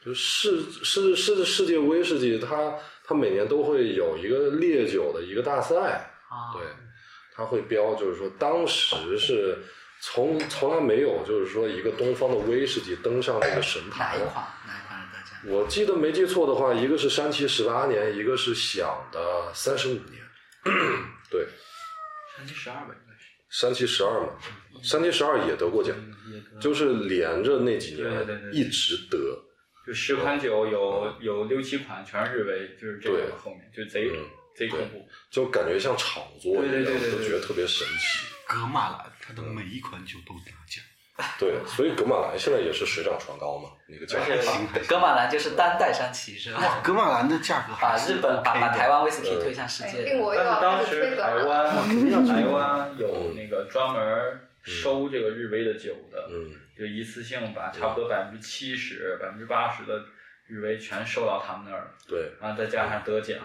S3: 就是世世世世界威士忌，它它每年都会有一个烈酒的一个大赛，
S1: 啊
S3: 对，它会标，就是说当时是从从来没有，就是说一个东方的威士忌登上那个神
S1: 哪
S3: 坛
S1: 一。款？哪一款是得奖？
S3: 我记得没记错的话，一个是山崎十八年，一个是响的三十五年， [clears throat] 对，
S6: 三七十二吧，应该是。嗯
S3: 山崎十二嘛，山崎十二也得过奖，就是连着那几
S6: 对对
S3: 年
S6: 对对
S3: 一直得。
S6: 就十款酒有有六七款全是日维，就是这
S3: 对
S6: 个后面就贼
S3: 嗯
S6: 贼恐怖。
S3: 就感觉像炒作一
S6: 对
S3: 样，
S6: 对对对对
S3: 就觉得特别神奇。
S4: 格马兰它的每一款酒都得奖，
S3: 对，所以格马兰现在也是水涨船高嘛，那个价
S1: 而
S3: 格
S1: 且。
S4: 行还行
S1: 格马兰就是单代山崎
S3: [laughs]
S1: 是吧？
S4: 格马兰的价格
S1: 嗯把
S4: 还是
S1: 日本把
S4: OK
S1: 把
S4: 的
S1: 台湾威士忌
S3: 嗯
S1: 推向世
S7: 哎
S1: 界
S7: 令。我又要
S6: 但是当
S7: 开始
S6: 时
S7: 推
S6: 台
S7: 广了。
S6: 湾台湾有那个专门收这个日威的酒的，
S3: 嗯，
S6: 就一次性把差不多百分之七十、百分之八十的日威全收到他们那儿了，
S3: 对，
S6: 然后再加上得奖，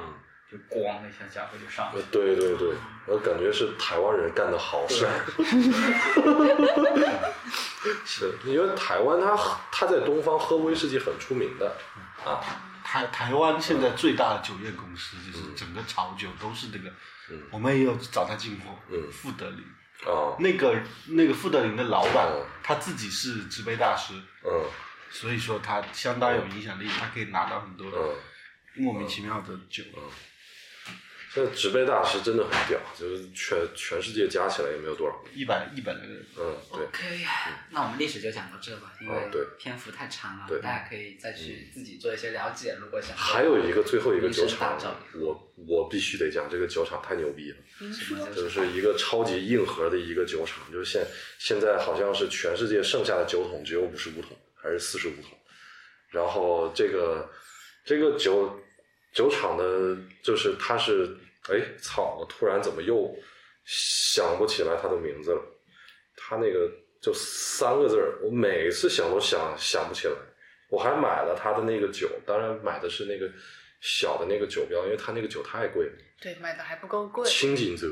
S6: 就咣一下价格就上
S3: 嗯
S6: 去
S3: 呃
S6: 了。
S3: 对对对，我感觉是台湾人干的好事儿。 [laughs] 是因为台湾它它在东方喝威士忌很出名的，
S4: 台台湾现在最大的酒业公司
S1: 嗯
S4: 就是整个潮酒都是这个，我们也有找他进货，
S3: 嗯
S4: 富德林
S3: 啊，
S4: 那个那个富德林的老板
S3: 嗯
S4: 他自己是植杯大师，
S3: 嗯
S4: 所以说他相当
S1: 嗯
S4: 有影响力，他可以拿到很多
S3: 嗯。
S4: 莫名其妙的酒。
S1: 嗯
S3: 现在植杯大师真的很屌，就是全全世界加起来也没有多少个。
S4: 一百一百来个人，
S3: 嗯，对，
S1: OK，那我们历史就讲到这吧，因为
S3: 对
S1: 篇幅太长了
S3: 对，
S1: 大家可以再去自己做一些了解。如果想
S3: 还有一个最后一个酒厂
S1: 名声大噪，
S3: 我我必须得讲，这个酒厂太牛逼了。
S1: 什么就
S3: 就是是一个超级硬核的一个酒厂，就是现现在好像是全世界剩下的酒桶只有五十五桶还是四十五桶，然后这个这个酒酒厂的，就是它是哎操，我突然怎么又想不起来它的名字了？它那个就三个字儿，我每次想都想想不起来。我还买了它的那个酒，当然买的是那个小的那个酒标，因为它那个酒太贵了，
S7: 对，买的还不够贵。
S3: 清景泽，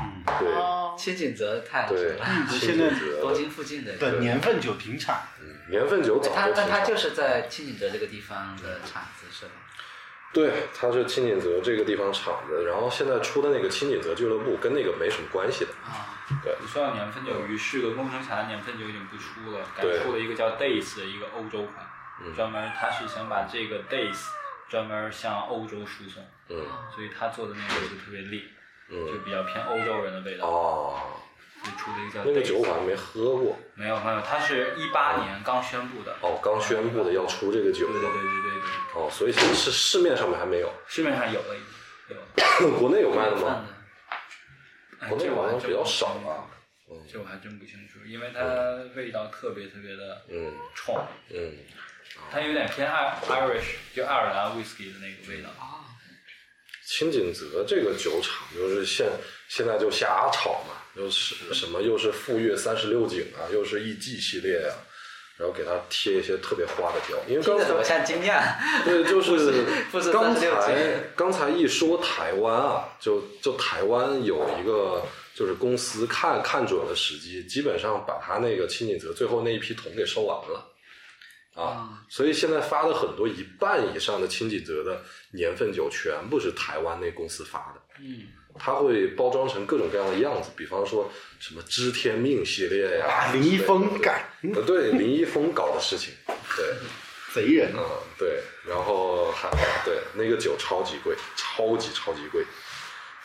S1: 嗯，
S3: 对、
S7: 哦，
S1: 七井泽太
S3: 对，
S1: 嗯
S3: 清
S4: 嗯现在
S3: 景泽
S1: 东京附近的一个
S4: 的年份酒停产，
S3: 年份酒早
S1: 他
S3: 就
S1: 但
S3: 停
S1: 他
S3: 产
S1: 就
S3: 了。
S1: 是在七井泽这个地方的产子是吧？
S3: 对，它是清景泽这个地方厂子，然后现在出的那个清景泽俱乐部跟那个没什么关系的。
S1: 啊，
S6: 你说到年份酒，于是个梦生茶的年份酒已经不出了，改
S3: 对
S6: 出了一个叫 Days 的一个欧洲款，
S3: 嗯
S6: 专门他是想把这个 Days 专门向欧洲输送，
S3: 嗯
S6: 所以他做的那个就特别烈，就
S3: 嗯，
S6: 比较偏欧洲人的味道，
S3: 哦，
S6: 就出了一个叫
S3: 那个
S6: Days。
S3: 酒我还没喝过，
S6: 没有没有，它是一八年刚宣布的。
S3: 哦，刚宣布的要出这个酒
S6: 对对对对对对，
S3: 哦，所以是市面上面还没有，
S6: 市面上有了已经有了。
S3: 国内有卖的
S6: 饭
S3: 吗？
S6: 的。哎
S3: 国内
S6: 这我
S3: 好
S6: 还
S3: 像
S6: 真
S3: 比较
S6: 不
S3: 少
S6: 清楚
S3: 吧。嗯
S6: 这我还真不清楚，因为它味道特别特别的
S3: 嗯
S6: 冲，
S3: 嗯，
S6: 它有点偏爱 Irish，就爱尔兰 whisky 的那个味道。
S3: 嗯清景泽这个酒厂就是现现在就瞎炒嘛，就是什么又是富岳三十六景啊，又是艺伎系列啊，然后给它贴一些特别花的标，因为
S1: 哦听
S3: 刚
S1: 着怎么
S3: 才
S1: 像惊讶？
S3: [laughs] 对就
S1: 富士
S3: 是刚
S1: 三十六
S3: 才
S1: 景
S3: 刚才一说台湾啊，就就台湾有一个就是公司看看准了时机，基本上把它那个清景泽最后那一批桶给收完了。啊，所以现在发的很多一半以上的清景泽的年份酒，全部是台湾那公司发的。
S1: 嗯，
S3: 它会包装成各种各样的样子，比方说什么知天命系列呀、
S4: 啊林一峰干
S3: 呃对林一峰搞的事情，对，
S4: 贼
S1: 啊
S4: 人
S3: 嗯，对，然后还对那个酒超级贵，超级超级贵，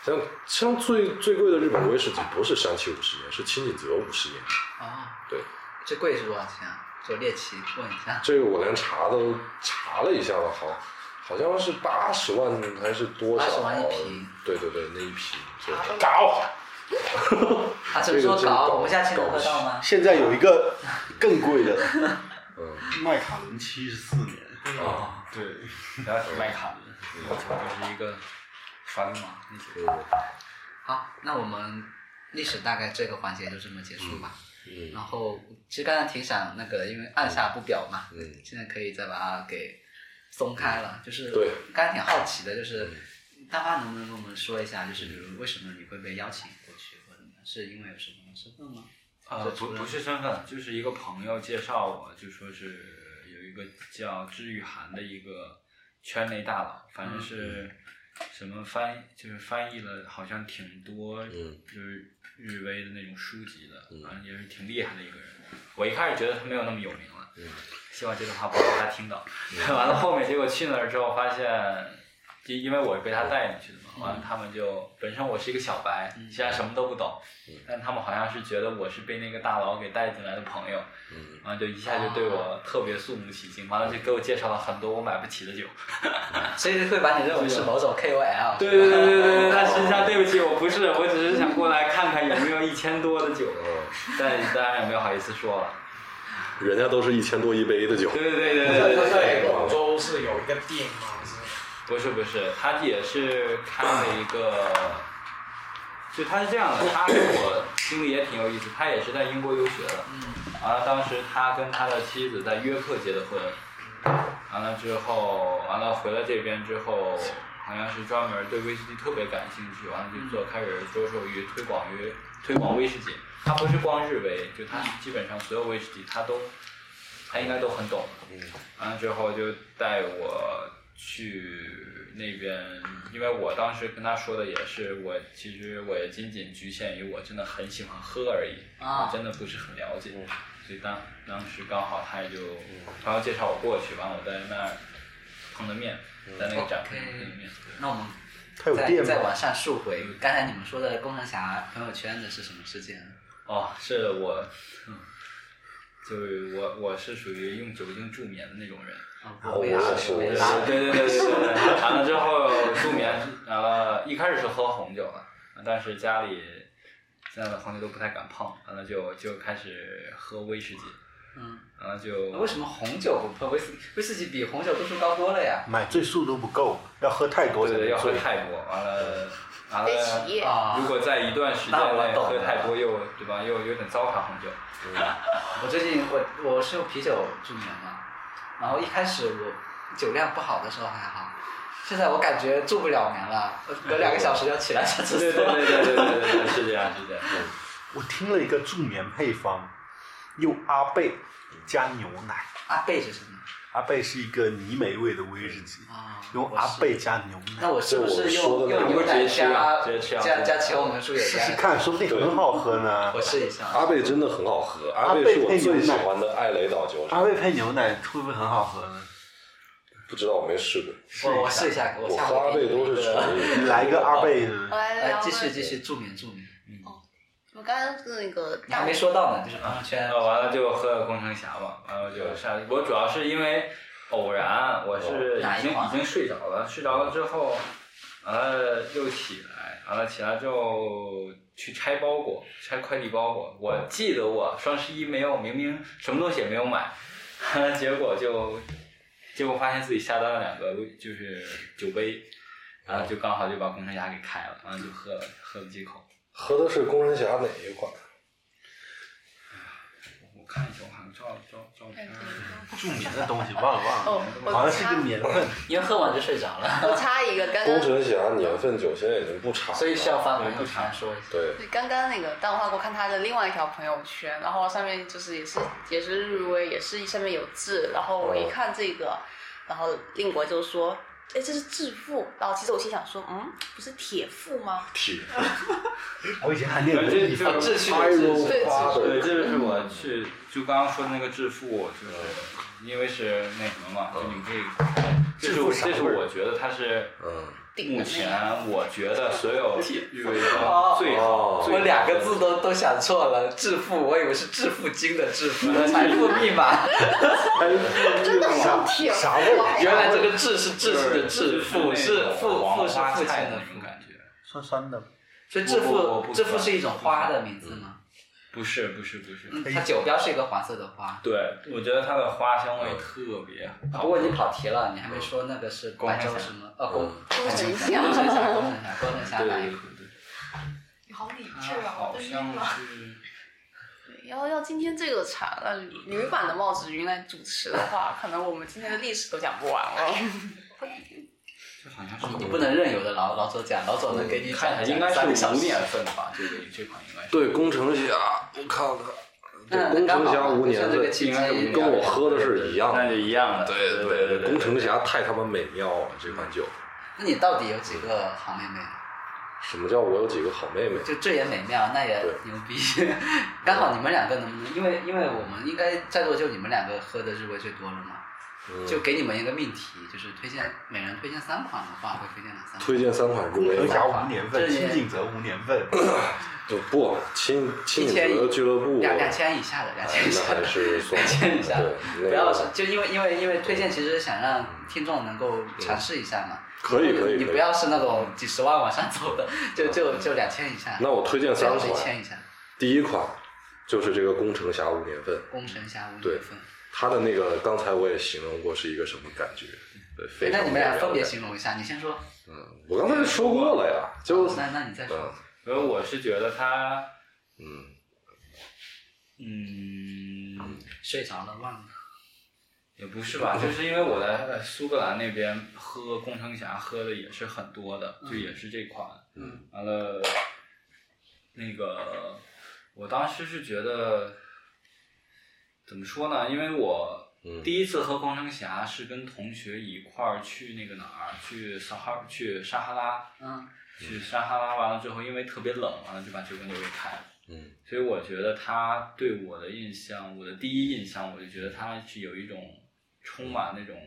S3: 像像最最贵的日本威士忌不是山崎五十年，是清井泽五十年，
S1: 哦，
S3: 对，
S1: 最贵是多少钱啊？做猎奇问一下。
S3: 这个我连查都查了一下了，好，好像是八十万还是多少？
S1: 80万一瓶
S3: 对对对，那一瓶，对
S4: 搞。
S1: 啊，怎么
S3: 这个
S1: 说
S3: 真
S1: 搞？
S3: 搞
S1: 我们下期能
S3: 搞
S1: 喝
S3: 不起
S1: 到吗？
S4: 现在有一个更贵的，
S3: 嗯，
S4: 麦卡伦七十四年，
S3: 啊，
S6: 对，不要提麦卡伦，我操，就是一个耍流氓那些。
S3: 嗯
S1: 好，那我们历史大概这个环节就这么结束吧。
S3: 嗯
S1: 然后其实刚才挺想那个的，因为按下不表嘛，
S3: 嗯
S1: 现在可以再把它给松开了。就是
S3: 对
S1: 刚才挺好奇的，就是大花能不能跟我们说一下，就是比如为什么你会被邀请过去，或者怎么样是因为有什么身份吗？
S6: 呃，不不是身份，就是一个朋友介绍我，就说是有一个叫治愈涵的一个圈内大佬，
S3: 嗯
S6: 反正是什么翻译，就是翻译了好像挺多，
S3: 嗯
S6: 就是日威的那种书籍的，
S3: 嗯
S6: 反正也是挺厉害的一个人。我一开始觉得他没有那么有名了，
S3: 嗯
S6: 希望这段话不要被他听到。 [laughs] 完了后面结果去那儿之后发现，因因为我是被他带进去的
S3: 嗯
S6: 嘛，完了他们就本身我是一个小白，现在什么都不懂，但他们好像是觉得我是被那个大佬给带进来的朋友，
S3: 嗯
S6: 完了就一下就对我特别肃穆起敬，完了就给我介绍了很多我买不起的酒。
S1: 所以会把你认为是某种 KOL。
S6: 对对对对对对， [laughs] 但实际上对不起，我不是，我只是想过来看看有没有一千多的酒，但当然也没有好意思说了。
S3: 嗯，人家都是一千多一杯的酒，
S6: 对对对对对
S5: 在
S6: 对。
S5: 在广州是有一个店嘛，是
S6: 不是不是，他也是开了一个，就他是这样的，他跟我经历也挺有意思，他也是在英国留学的，完了当时他跟他的妻子在约克结的婚，完了之后，完了回来这边之后，好像是专门对威士忌特别感兴趣，完了就做开始着手于推广于推广威士忌，他不是光日威，就他基本上所有威士忌他都，他应该都很懂的。完了之后就带我去那边，因为我当时跟他说的也是，我其实我也仅仅局限于我真的很喜欢喝而已，
S1: 啊
S6: 我真的不是很了解，所以当当时刚好他也就朋友介绍我过去，完了我在那儿碰的面，在那个展厅
S1: OK
S6: 碰的面，
S1: 那我们
S4: 他有
S1: 再
S4: 店
S1: 再
S4: 吗？
S1: 往上溯回，刚才你们说的工程侠朋友圈的是什么事件？
S6: 哦，是我，嗯就是我我是属于用酒精助眠的那种人。
S1: 啊，我也
S3: 我
S1: 是，
S3: 是
S1: 我也是
S3: 我是。
S6: 啊对对对对对，完了之后助眠，呃，一开始是喝红酒了，但是家里现在的红酒都不太敢碰，完了就就开始喝威士忌，
S1: 嗯，
S6: 然后就
S1: 为什么红酒不破威士威士忌比红酒度数高多了呀？
S4: 买醉速度不够，要喝太多
S6: 对
S4: 才能
S6: 对对要喝
S4: 醉。
S6: 太多，完了完
S7: 得起
S6: 了，
S7: 夜。
S1: 啊
S6: 如果在一段时间
S1: 那我
S6: 内
S1: 懂
S6: 喝
S1: 了
S6: 太多又对吧，又有点糟蹋红酒。
S1: 我最近我我是用啤酒助眠嘛，然后一开始我酒量不好的时候还好，现在我感觉助不了眠了，我隔两个小时要起来上厕所。
S6: 对对对对对对对对，是这样是这样。
S4: 我听了一个助眠配方，用阿贝加牛奶。
S1: 阿贝是什么？
S4: 阿贝是一个泥煤味的威士忌，
S1: 啊
S4: 用阿贝加牛
S1: 那
S4: 奶
S1: 我是不是
S3: 这
S1: 用
S3: 我说的那
S1: 用
S3: 个
S1: 牛奶
S6: 直接吃啊
S1: 加
S6: 直接吃啊
S1: 加加起我们树也
S4: 试试
S1: 加？
S4: 看，说不定很好喝呢
S1: 我。试一下。
S3: [laughs] 阿贝真的很好喝，
S4: 阿
S3: 阿
S4: 贝
S3: 贝是我
S4: 配牛
S3: 最喜
S4: 奶
S3: 欢的艾雷岛酒，
S4: 阿贝配牛奶会不会很好喝呢？
S3: 不知道我没试过，
S1: 我我试一下，我
S3: 我
S1: 下
S3: 喝
S1: 回
S3: 阿
S1: 给
S3: 贝
S1: 你
S3: 都
S1: 们
S3: 是
S1: 一
S3: 纯
S4: [laughs]
S1: 个。
S3: 饮。
S4: 你来一个阿贝，
S7: 我来
S1: 来
S7: 聊
S1: 哎继续
S7: 个，
S1: 继续助眠助眠，
S7: 我刚刚是那个
S1: 你还
S7: 大
S1: 没说到呢，就是朋友圈
S6: 呃，完了就喝工程侠嘛，完了就上。我主要是因为偶然，我是
S1: 哦哪
S6: 已
S1: 一
S6: 经
S1: 款
S6: 已经睡着了，睡着了之后，完了又起来，完了起来之后去拆包裹，拆快递包裹。我记得我双十一没有，明明什么东西也没有买， [laughs] 结果就结果发现自己下单了两个就是酒杯，然后就刚好就把工程侠给开了，然后就喝了喝了几口。
S3: 喝的是工人侠哪一款？
S6: 我看一下，我看照照照片儿。
S4: 助眠的东西忘了忘了，
S7: 哦，
S4: 好
S7: 我
S4: 像是个
S7: 插
S4: 年份。
S1: 因为喝完就睡着了，
S7: 我插一个，刚
S3: 工
S7: 刚
S3: 程侠年份酒现在已经不查
S1: [laughs]
S3: 了，
S1: 所以需要翻朋友圈说一下。
S3: 对
S7: 对，刚刚那个淡化过看他的另外一条朋友圈，然后上面就是也是也是日威，也是上面有字，然后
S3: 哦
S7: 我一看这个，然后令国就说。哎，这是致富，然后其实我心想说，嗯，不是铁富吗？
S3: 铁
S4: 我以前还念过
S6: 这
S4: 地
S6: 这
S4: 方，
S6: 这
S1: 是
S7: 对
S3: Pyro 花
S6: 对，
S3: 的
S6: 这就是我去就刚刚说的那个致富，
S3: 嗯
S6: 就是因为是那什么嘛，就你可以，这是我
S4: 致富啥
S6: 这
S4: 味儿
S6: 是我觉得它是
S3: 嗯，
S7: 顶
S6: 目
S7: 的那个。
S6: 前我觉得所有日味
S1: 哦
S6: 中最好，
S3: 哦
S6: 最
S1: 我
S6: 好
S1: 两个字都都想错了，致富，我以为是致富经的致富， [laughs] 财富密 [laughs] 码。
S7: 真的像铁富
S4: 啥味
S2: 哎 [laughs]
S4: 儿？
S1: 原来这个致是致
S6: 就是
S1: 富的
S6: 就
S1: 致，富
S6: 是
S1: 是
S6: 那种
S1: 富
S6: 黄
S1: 富是
S6: 花
S1: 父亲
S6: 菜
S1: 的
S6: 那种
S1: 富。
S6: 感觉，
S4: 酸酸的，
S1: 所以致
S6: 不不我
S1: 富
S6: 不
S1: 致富
S6: 算
S1: 是一种
S6: 不
S1: 花
S6: 算
S1: 的名字吗？
S6: 不是不是不是，
S1: 嗯它酒标是一个黄色的花。
S6: 对，我觉得它的花香
S3: 嗯
S6: 味特别
S1: 啊
S6: 好。
S1: 不过你跑题了，你还没说那个是
S6: 工
S1: 白
S6: 程
S1: 州
S6: 侠
S1: 什么？呃，工
S7: 工程
S1: 工程
S7: 侠
S1: 侠，工程侠，工程侠
S6: 对
S1: 哪
S6: 对
S1: 一
S6: 对
S1: 个？
S6: 对，
S7: 你好理
S6: 它
S2: 啊
S6: 好啊像是。
S7: 对要要今天这个茶，那女版的帽子云来主持的话，可能我们今天的历史都讲不完了。
S6: 这好像是
S1: 你不能任由的老老左讲，老左能给你
S6: 看一
S1: 讲
S6: 下，应该
S1: 三个小
S6: 是五
S1: 时
S6: 年份吧，这个这款应该是。
S3: 对工程侠，我看了看，
S1: 那
S3: 对工
S1: 刚
S3: 程
S1: 好
S3: 侠
S1: 嘛
S3: 无
S1: 就
S3: 年
S1: 趁这个
S3: 份，
S1: 契机，
S3: 跟我喝的是一样的
S6: 那就一样的。
S3: 对
S6: 哎
S3: 对
S6: 对对对，
S3: 工程侠太他妈美妙了，这款酒。
S1: 那你到底有几个好妹妹？
S3: 什么叫我有几个好妹妹？
S1: 就这也美妙，那也
S3: 对
S1: 牛逼。 [laughs] 刚好你们两个能不能？因为因为我们应该在座就你们两个喝的日威最多了嘛，
S3: 嗯
S1: 就给你们一个命题，就是推荐每人推荐三款的话，会推荐哪三款？
S3: 推荐三款入
S4: 工
S3: 围
S4: 程侠
S3: 吗？
S4: 无年份，
S1: 这也
S4: 清景泽无年份。
S3: 就不亲亲
S1: 一千
S3: 子俱乐部，
S1: 两两
S3: 哎
S1: 千以下的，两
S3: 那
S1: 千以下
S3: 还
S1: 的。 [laughs]
S3: 是算
S1: 两千以下
S3: 对，那
S1: 不要
S3: 个
S1: 是，就因为因为因为推荐，其实想让听众能够尝试一下嘛。
S3: 可以可以
S1: 你
S3: 可
S1: 不
S3: 以。
S1: 要是那种几十万往上走的，就就就两千以下。
S3: 那我推荐
S1: 最
S3: 三
S1: 好是一
S3: 款，
S1: 千以下。
S3: 第一款就是这个工程侠五年份，
S1: 工程侠无
S3: 对
S1: 缘分。
S3: 它的那个刚才我也形容过是一个什么感觉，对，非常
S1: 那你们俩
S3: 美妙
S1: 分
S3: 的
S1: 别
S3: 感觉
S1: 形容一下，你先说。
S3: 嗯，我刚才说过了呀，就
S1: 那那你再说。
S3: 嗯
S6: 因为我是觉得它，
S3: 嗯，
S6: 嗯，
S1: 睡着了忘了。
S6: 也不是吧，就是因为我在苏格兰那边喝工程侠喝的也是很多的，就也是这款。
S1: 嗯。
S6: 完了，那个，我当时是觉得，怎么说呢？因为我
S3: 嗯
S6: 第一次喝工程侠是跟同学一块儿去那个哪儿，去撒哈去撒哈拉，
S1: 嗯，
S6: 去撒哈拉完了之后，因为特别冷，完了就把酒跟酒给开了。
S3: 嗯
S6: 所以我觉得他对我的印象，我的第一印象，我就觉得他是有一种充满那种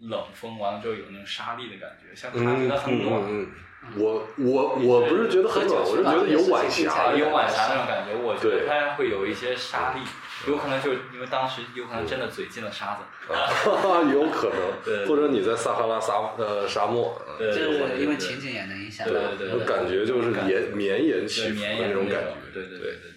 S6: 冷风，完了之后有那种沙粒的感觉，像他觉
S3: 嗯
S6: 得很嗯暖，
S3: 嗯嗯，我我我不是觉得很暖，我是觉得有晚
S6: 啊，
S3: 霞，
S6: 有晚霞那种感觉。我觉
S3: 对
S6: 得他会有一些沙粒，有可能就是因为当时有可能真的嘴进了沙子。
S3: 啊， [laughs] 有可能，
S6: 对
S3: 或者你在撒哈拉沙呃沙漠，嗯
S6: 对
S1: 就
S6: 对
S1: 是
S6: 对
S1: 因为
S6: 对
S1: 情景也能影响。
S6: 对对对
S3: 那感觉就是绵绵延起
S6: 对，
S3: 伏
S6: 绵
S3: 的
S6: 延
S3: 那种
S6: 的
S3: 感
S6: 种
S3: 觉。
S6: 对对对对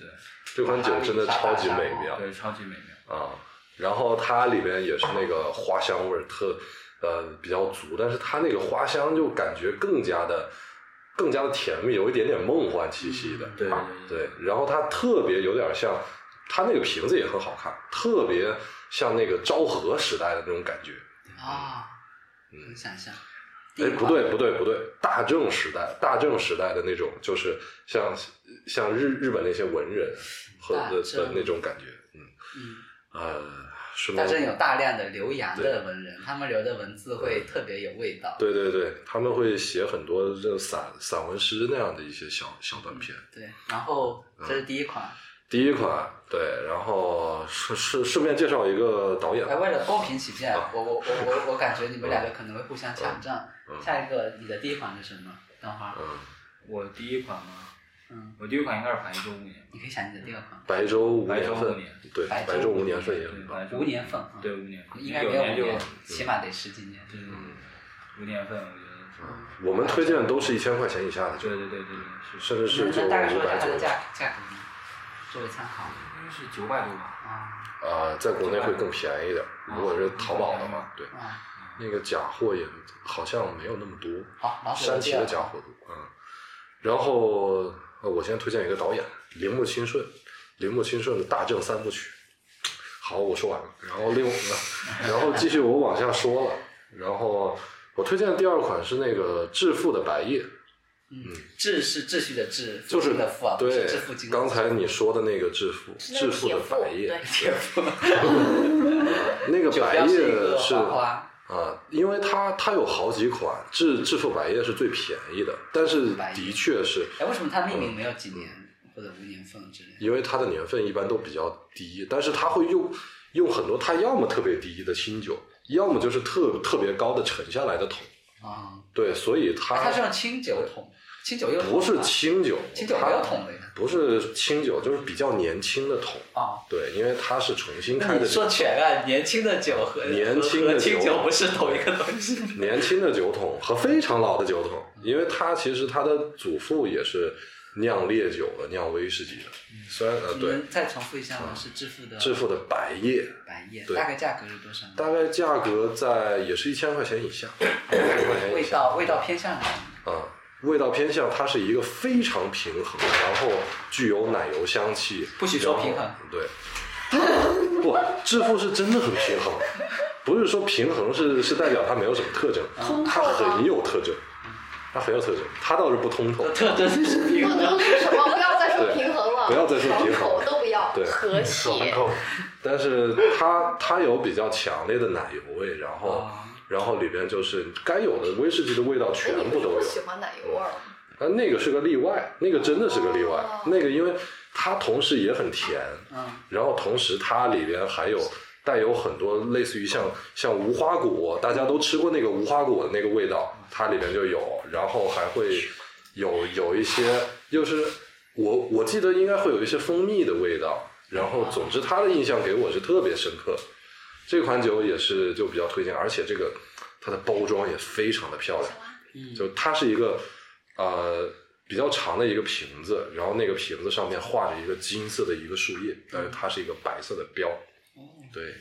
S3: 这款酒真的超级美妙
S6: 对，对，超级美妙。
S3: 啊！然后它里边也是那个花香味儿特呃比较足，但是它那个花香就感觉更加的更加的甜蜜，有一点点梦幻气息的。
S1: 嗯对
S3: 对，然后它特别有点像，它那个瓶子也很好看，特别像那个昭和时代的那种感觉。
S1: 啊，能想象。
S3: 哎，不对，不对，不对，大正时代，大正时代的那种，就是像像日日本那些文人和
S1: 大
S3: 的的
S1: 正
S3: 那种感觉，嗯
S1: 嗯，
S3: 呃，是吗
S1: 大？正有大量的留洋
S3: 对
S1: 的文人，他们留的文字会特别有味道。
S3: 对对对，他们会写很多这散散文诗那样的一些小小短片。
S1: 嗯对，然后这是第一款。
S3: 第一款，对，然后顺顺顺便介绍一个导演
S1: 哎，，为了公平起见，我我我我我感觉你们两个可能会互相抢占。
S3: 嗯
S1: 下一个，你的第一款是什么？等会儿，
S3: 嗯，
S6: 我第一款吗？
S1: 嗯，
S6: 我第一款应该是白昼五年吧，
S1: 你可以想你的第二款，
S3: 白昼无
S6: 白
S3: 年
S6: 昼
S3: 份
S6: 五年，
S3: 对，
S1: 白
S3: 白
S1: 昼
S3: 昼
S1: 无
S3: 无
S1: 年
S3: 年份也
S6: 对
S3: 很棒，
S6: 白昼
S1: 无年份啊，
S6: 对，五年，
S1: 应该
S6: 09
S1: 没有
S6: 年
S1: 五
S6: 就
S1: 年，起码得十几年。
S6: 嗯，五年份，我觉得是。
S1: 嗯
S3: 我们推荐都是一千块钱以下的，就
S6: 对对对对对，是
S3: 甚至是就
S1: 嗯那
S3: 五
S1: 大概说一下
S3: 百
S1: 它
S3: 左
S1: 的
S3: 右，
S1: 价价格呢，作为参考
S6: 应该是九百多吧。
S1: 啊
S3: 啊，在国内会更便宜一点。如果是淘宝的话，对，
S1: 啊。
S3: 那个假货也好像没有那么多，
S1: 好，老鼠
S3: 山崎的假货多，嗯。然后呃我先推荐一个导演铃木清顺，铃木清顺的《大正三部曲》。好，我说完了，然后另然后继续我往下说了，然后我推荐的第二款是那个《致富的白夜》，
S1: 嗯，秩是秩序的秩，
S3: 就
S1: 复
S3: 是
S1: 兴的富啊，不
S3: 对
S1: 是致富经，济。
S3: 刚才你说的那个致富，
S7: 那
S3: 致
S7: 个
S3: 富
S7: 铁
S3: 的
S7: 父
S3: 白夜，啊
S7: 对，
S3: 那个
S1: 酒
S3: 白
S1: 标
S3: 夜
S1: 是一个
S3: 是
S1: 花花，
S3: 啊，因为它它有好几款，致致富百叶是最便宜的，但是
S1: 百叶
S3: 的确是
S1: 哎，为什么它命
S3: 嗯
S1: 名没有几年或者无年份之类的？
S3: 因为它的年份一般都比较低，但是它会用用很多它要么特别低的清酒，要么就是特特别高的沉下来的桶，
S1: 啊，
S3: 对，所以它
S1: 它是用清酒桶，清酒又
S3: 不是清酒，
S1: 清酒没有桶的呀。
S3: 它不是清酒，就是比较年轻的桶，
S1: 啊，
S3: 对，因为它是重新
S1: 那
S3: 开
S1: 你
S3: 的
S1: 说
S3: 酒，
S1: 全啊，年轻的酒和
S3: 年轻的
S1: 和清
S3: 酒
S1: 酒不是同一个东西。
S3: 年轻的酒桶和非常老的酒桶，因为它其实它的祖父也是酿烈酒的，酿威士忌的，
S1: 嗯
S3: 虽然呃
S1: 你
S3: [laughs] 对，嗯
S1: 们再重复一下吗？是致富的
S3: 致富的白夜
S1: 白夜，
S3: 对
S1: 大概价格是多少呢？
S3: 大概价格在也是一千块钱以下，一千块钱以
S1: 味
S3: 下
S1: 道味道偏向哪里？
S3: 啊，味道偏向它是一个非常平衡，然后具有奶油香气，
S1: 不许说
S3: 然后
S1: 平衡，
S3: 对，不，致富是真的很平衡，不是说平衡是是代表它没有什么特征，
S7: 通
S3: 它
S7: 透吗
S3: 很有特征，它很有特征，它倒是不通透，
S1: 特征是平
S2: 不
S1: 衡。
S2: 能是什么，不要再说
S3: 对
S2: 平衡了，
S3: 不要再说平衡
S2: 爽口都不要，
S3: 对 [laughs]
S2: 和谐。
S3: 但是它它有比较强烈的奶油味，然后、
S2: 啊
S3: 然后里边就是该有的威士忌的味道
S2: 哎
S3: 全
S2: 你
S3: 部
S2: 不是
S3: 都有
S2: 不。喜欢奶油味儿吗？
S3: 啊，那个是个例外，那个真的是个例外。
S2: 哦
S3: 那个因为它同时也很甜，
S1: 嗯，
S3: 然后同时它里边还有带有很多类似于像像无花果，大家都吃过那个无花果的那个味道，它里边就有，然后还会有有一些，又是我我记得应该会有一些蜂蜜的味道。然后，总之它的印象给我是特别深刻。这款酒也是就比较推荐，而且这个它的包装也非常的漂亮。就它是一个呃比较长的一个瓶子，然后那个瓶子上面画着一个金色的一个树叶，但是它是一个白色的标。
S8: 哦
S3: 对，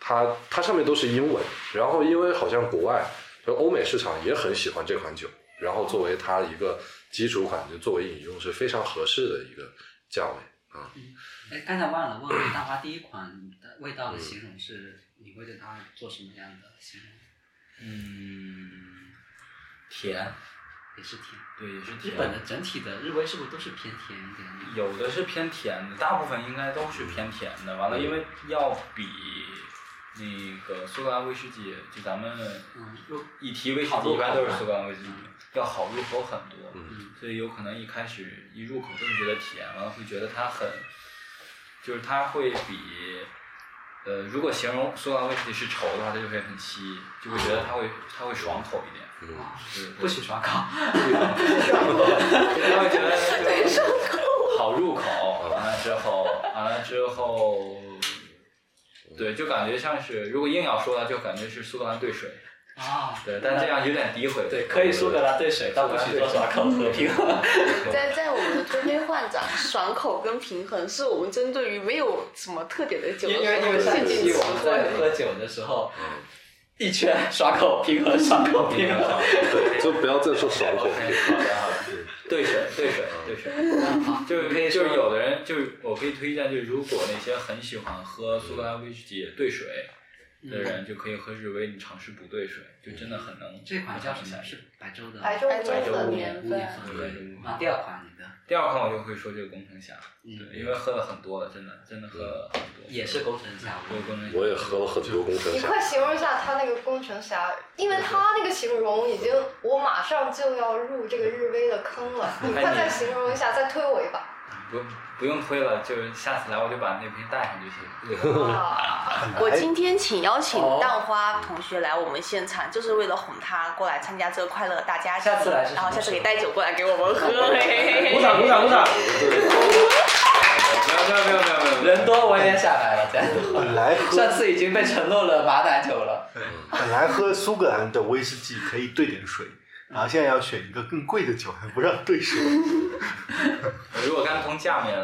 S3: 它它上面都是英文，然后因为好像国外就欧美市场也很喜欢这款酒，然后作为它一个基础款，就作为饮用是非常合适的一个价位。
S1: 哎，刚才忘了问味大花第一款的味道的形容是，你会对它做什么样的形容？
S6: 嗯，甜，
S1: 也是甜。
S6: 对，也是
S1: 日
S6: 甜
S1: 本的整体的日威是不是都是偏甜一点的？
S6: 有的是偏甜的，大部分应该都是偏甜的。完
S1: 嗯
S6: 了，因为要比那个苏格兰威士忌，就咱们
S1: 嗯
S6: 一提威士
S1: 好
S6: 忌，
S1: 入
S6: 一般
S1: 口
S6: 都是
S1: 嘛
S6: 苏格兰威士忌，要好入口很多。
S3: 嗯
S6: 所以有可能一开始一入口就会觉得甜，完了会觉得它很，就是它会比。呃，如果形容苏格兰威士忌是稠的话，它就会很稀，就会觉得它会它会爽口一点，啊
S3: 嗯，
S6: 对，
S1: 不许爽口。
S6: 他会觉得就是好入口，完了之后，完了之后，对，就感觉像是如果硬要说的，就感觉是苏格兰兑水，
S1: 啊，
S6: 对，但这样有点诋毁。
S1: 对，可以苏格兰兑水，但不许做耍口和平。
S7: 在在我们的中杯幻长，爽口跟平衡是我们针对于没有什么特点的酒
S1: 因
S7: 的
S1: 为因为
S7: 时
S1: 因为
S7: 候
S1: 上
S7: 限定
S1: 期
S7: 词
S1: 我们在
S7: 汇。
S1: 喝酒的时候，
S6: 嗯
S1: 一圈耍口平衡，耍口平衡。
S3: 对，就不要再说爽口。
S6: 嗯
S3: [laughs]
S6: 好的好的， [laughs] 嗯兑水兑水兑水，就是
S1: 可以
S6: 就是
S1: 说
S6: 有的人就是我可以推荐，就是如果那些很喜欢喝苏格兰威士忌兑水的人，就可以喝日威，你尝试不兑水，就真的很能。
S1: [laughs] 这款叫什么？是白州的。
S7: 白州
S2: 白州
S7: 的
S2: 的
S7: 年
S1: 五
S7: 份
S1: 年，份啊，第
S6: 对
S1: 二款你的
S6: 第二款我就会说这个工程侠，
S1: 嗯
S6: 对，因为喝了很多了，真的真的喝了很多，
S1: 也是工程家
S6: 对工程侠。
S3: 我也喝了很多工程
S8: 你
S3: 侠，
S8: 快形容一下他那个工程侠，因为他那个形容已经，我马上就要入这个日威的
S1: [laughs]
S8: 坑了。你快再形容一下，再推我一把。
S6: 不不用推了，就是下次来我就把那瓶带上就行。
S1: 嗯
S8: 啊，
S2: 我今天请邀请
S1: 哦
S2: 蛋花同学来我们现场，就是为了哄他过来参加这个快乐大家庭。
S1: 下次来是什么
S2: 然后下
S1: 时
S2: 次
S1: 候
S2: 给带酒过来给我
S1: [laughs]
S2: 们喝。嘿嘿嘿
S5: [laughs] 鼓掌鼓掌鼓掌！
S6: 没有没有没有没有没有，
S1: 人多我也想来了，这样子。 [laughs]
S4: 本来
S1: 上
S4: 喝
S1: 次已经被承诺了马奶酒了，
S4: 本来喝苏格兰的威士忌可以兑点水，然后现在要选一个更贵的酒，还不让
S7: [laughs]
S4: 兑水。
S6: 如果刚从价面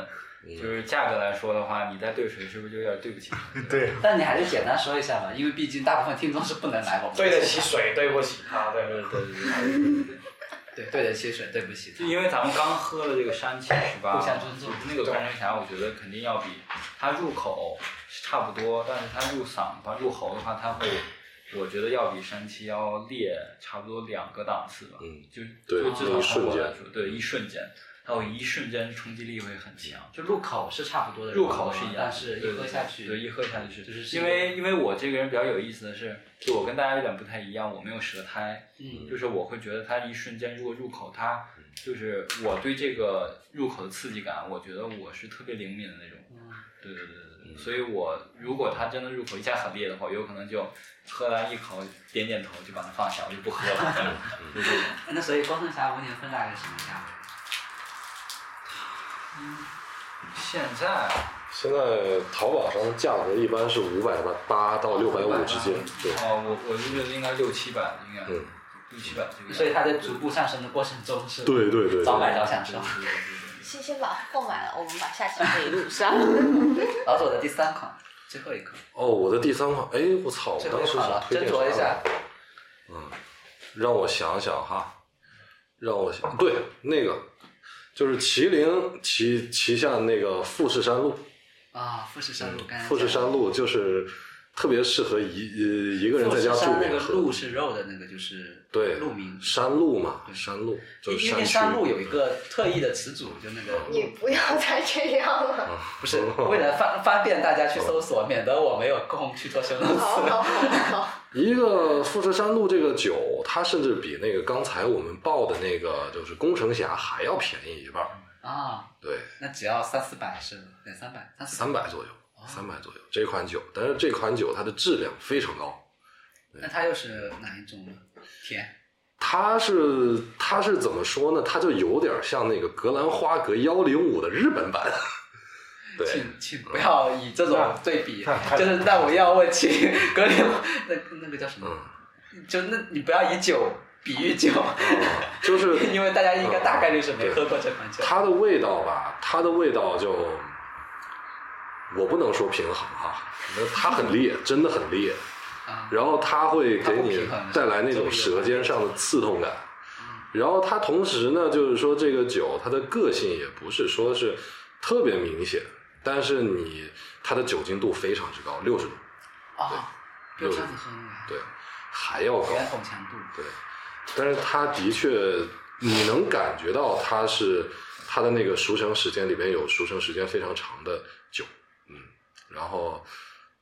S6: 就是价格来说的话，你再兑水是不是就有点对
S5: [laughs]
S6: 不起？
S4: 对，
S1: 但你还是简单说一下吧，因为毕竟大部分听众是不能来我们。
S5: 对得起水，对不起他，对不对？
S6: 对对对。
S1: 对对得起水，对不起
S6: 就。因为咱们刚喝了这个山崎是吧？
S1: 互相尊重
S6: 那个工程侠，我觉得肯定要比它入口是差不多，但是它入嗓它入喉的话，它会，我觉得要比山崎要烈差不多两个档次吧。
S3: 嗯，
S6: 就
S3: 对
S6: 就至少
S3: 一瞬
S6: 对我
S3: 间
S6: 来说，对一瞬间，它会一瞬间冲击力会很强。
S1: 就入口是差不多的，
S6: 入口是一样的，
S1: 但是一喝下去，
S6: 对，一喝下去，
S1: 就是是
S6: 因为因为我这个人比较有意思的是，就我跟大家有点不太一样，我没有舌苔，
S1: 嗯，
S6: 就是我会觉得它一瞬间如果入口，它就是我对这个入口的刺激感，我觉得我是特别灵敏的那种，
S1: 嗯
S6: 对对对对对，所以我如果它真的入口一下很烈的话，有可能就喝完一口点点头就把它放下，我就不喝 [laughs] 了，就是
S1: 那所以光圣峡五年份大概是什么价位？
S6: 现在
S3: 现在淘宝上的价格一般是五百八到六百五之间，对，
S6: 哦，我我就觉得应该六七百应该。
S3: 嗯
S6: 六七百这个样子，
S1: 所以它在逐步上升的过程中是
S3: 对对对
S1: 早
S3: 对，
S1: 买早享受。
S7: 先先把货买了，我们把下期可以录
S1: [laughs]
S7: 上。
S1: 老左的第三款，最后一款，
S3: 哦，我的第三款，哎，我操，我
S1: 最后
S3: 当
S1: 一
S3: 时
S1: 款
S3: 想
S1: 了，
S3: 推
S1: 斟
S3: 荐
S1: 酌一
S3: 啥
S1: 下。
S3: 让我想想哈，让我想，对，那个就是麒麟旗旗下那个富士山路，
S1: 啊，富士山路，刚才
S3: 富士山路就是特别适合一呃一个人在家助
S1: 那
S3: 眠
S1: 个
S3: 喝
S1: 路，是肉的那个，就是
S3: 对
S1: 路名，。
S3: 山路嘛，山路就是
S1: 因为
S3: 山区，
S1: 山路有一个特意的词组，就那个
S8: 你不要再这样了。
S1: 不是为了方方便大家去搜索，免得我没有空去做修弄
S8: 好
S1: 词。
S8: 好好好，
S3: 一个富士山路这个酒，它甚至比那个刚才我们报的那个就是工程侠还要便宜一半儿，
S1: 啊，
S3: 对，
S1: 那只要三四百是两三百，三四
S3: 三百左右，三百左右这款酒，但是这款酒它的质量非常高。
S1: 那它又是哪一种呢？甜
S3: 它是它是怎么说呢？它就有点像那个格兰花格幺零五的日本版。 [laughs] 对，
S1: 请请不要以这种对比
S4: 那那，
S1: 就是那我要问请格林，那那个叫什
S3: 嗯
S1: 么？就那你不要以酒比喻酒，
S3: 哦就是
S1: [laughs]
S3: 嗯
S1: 因为大家应该大概率是没喝过这款酒。
S3: 它的味道吧，它的味道就我不能说平衡哈、那它很烈，真的很烈。
S1: 啊
S3: 然后它会给你
S1: 它不平衡
S3: 带来那种舌尖上的刺痛感。
S1: 嗯
S3: 然后它同时呢，就是说这个酒它的个性也不是说是特别明显，但是你它的酒精度非常之高，六十度，
S1: 啊，不
S3: 对
S1: 要这样子喝那
S3: 对，还要高
S1: 个，。圆筒强度。
S3: 对，嗯但是它的确，你能感觉到它是它的那个熟成时间里边有熟成时间非常长的酒，嗯，然后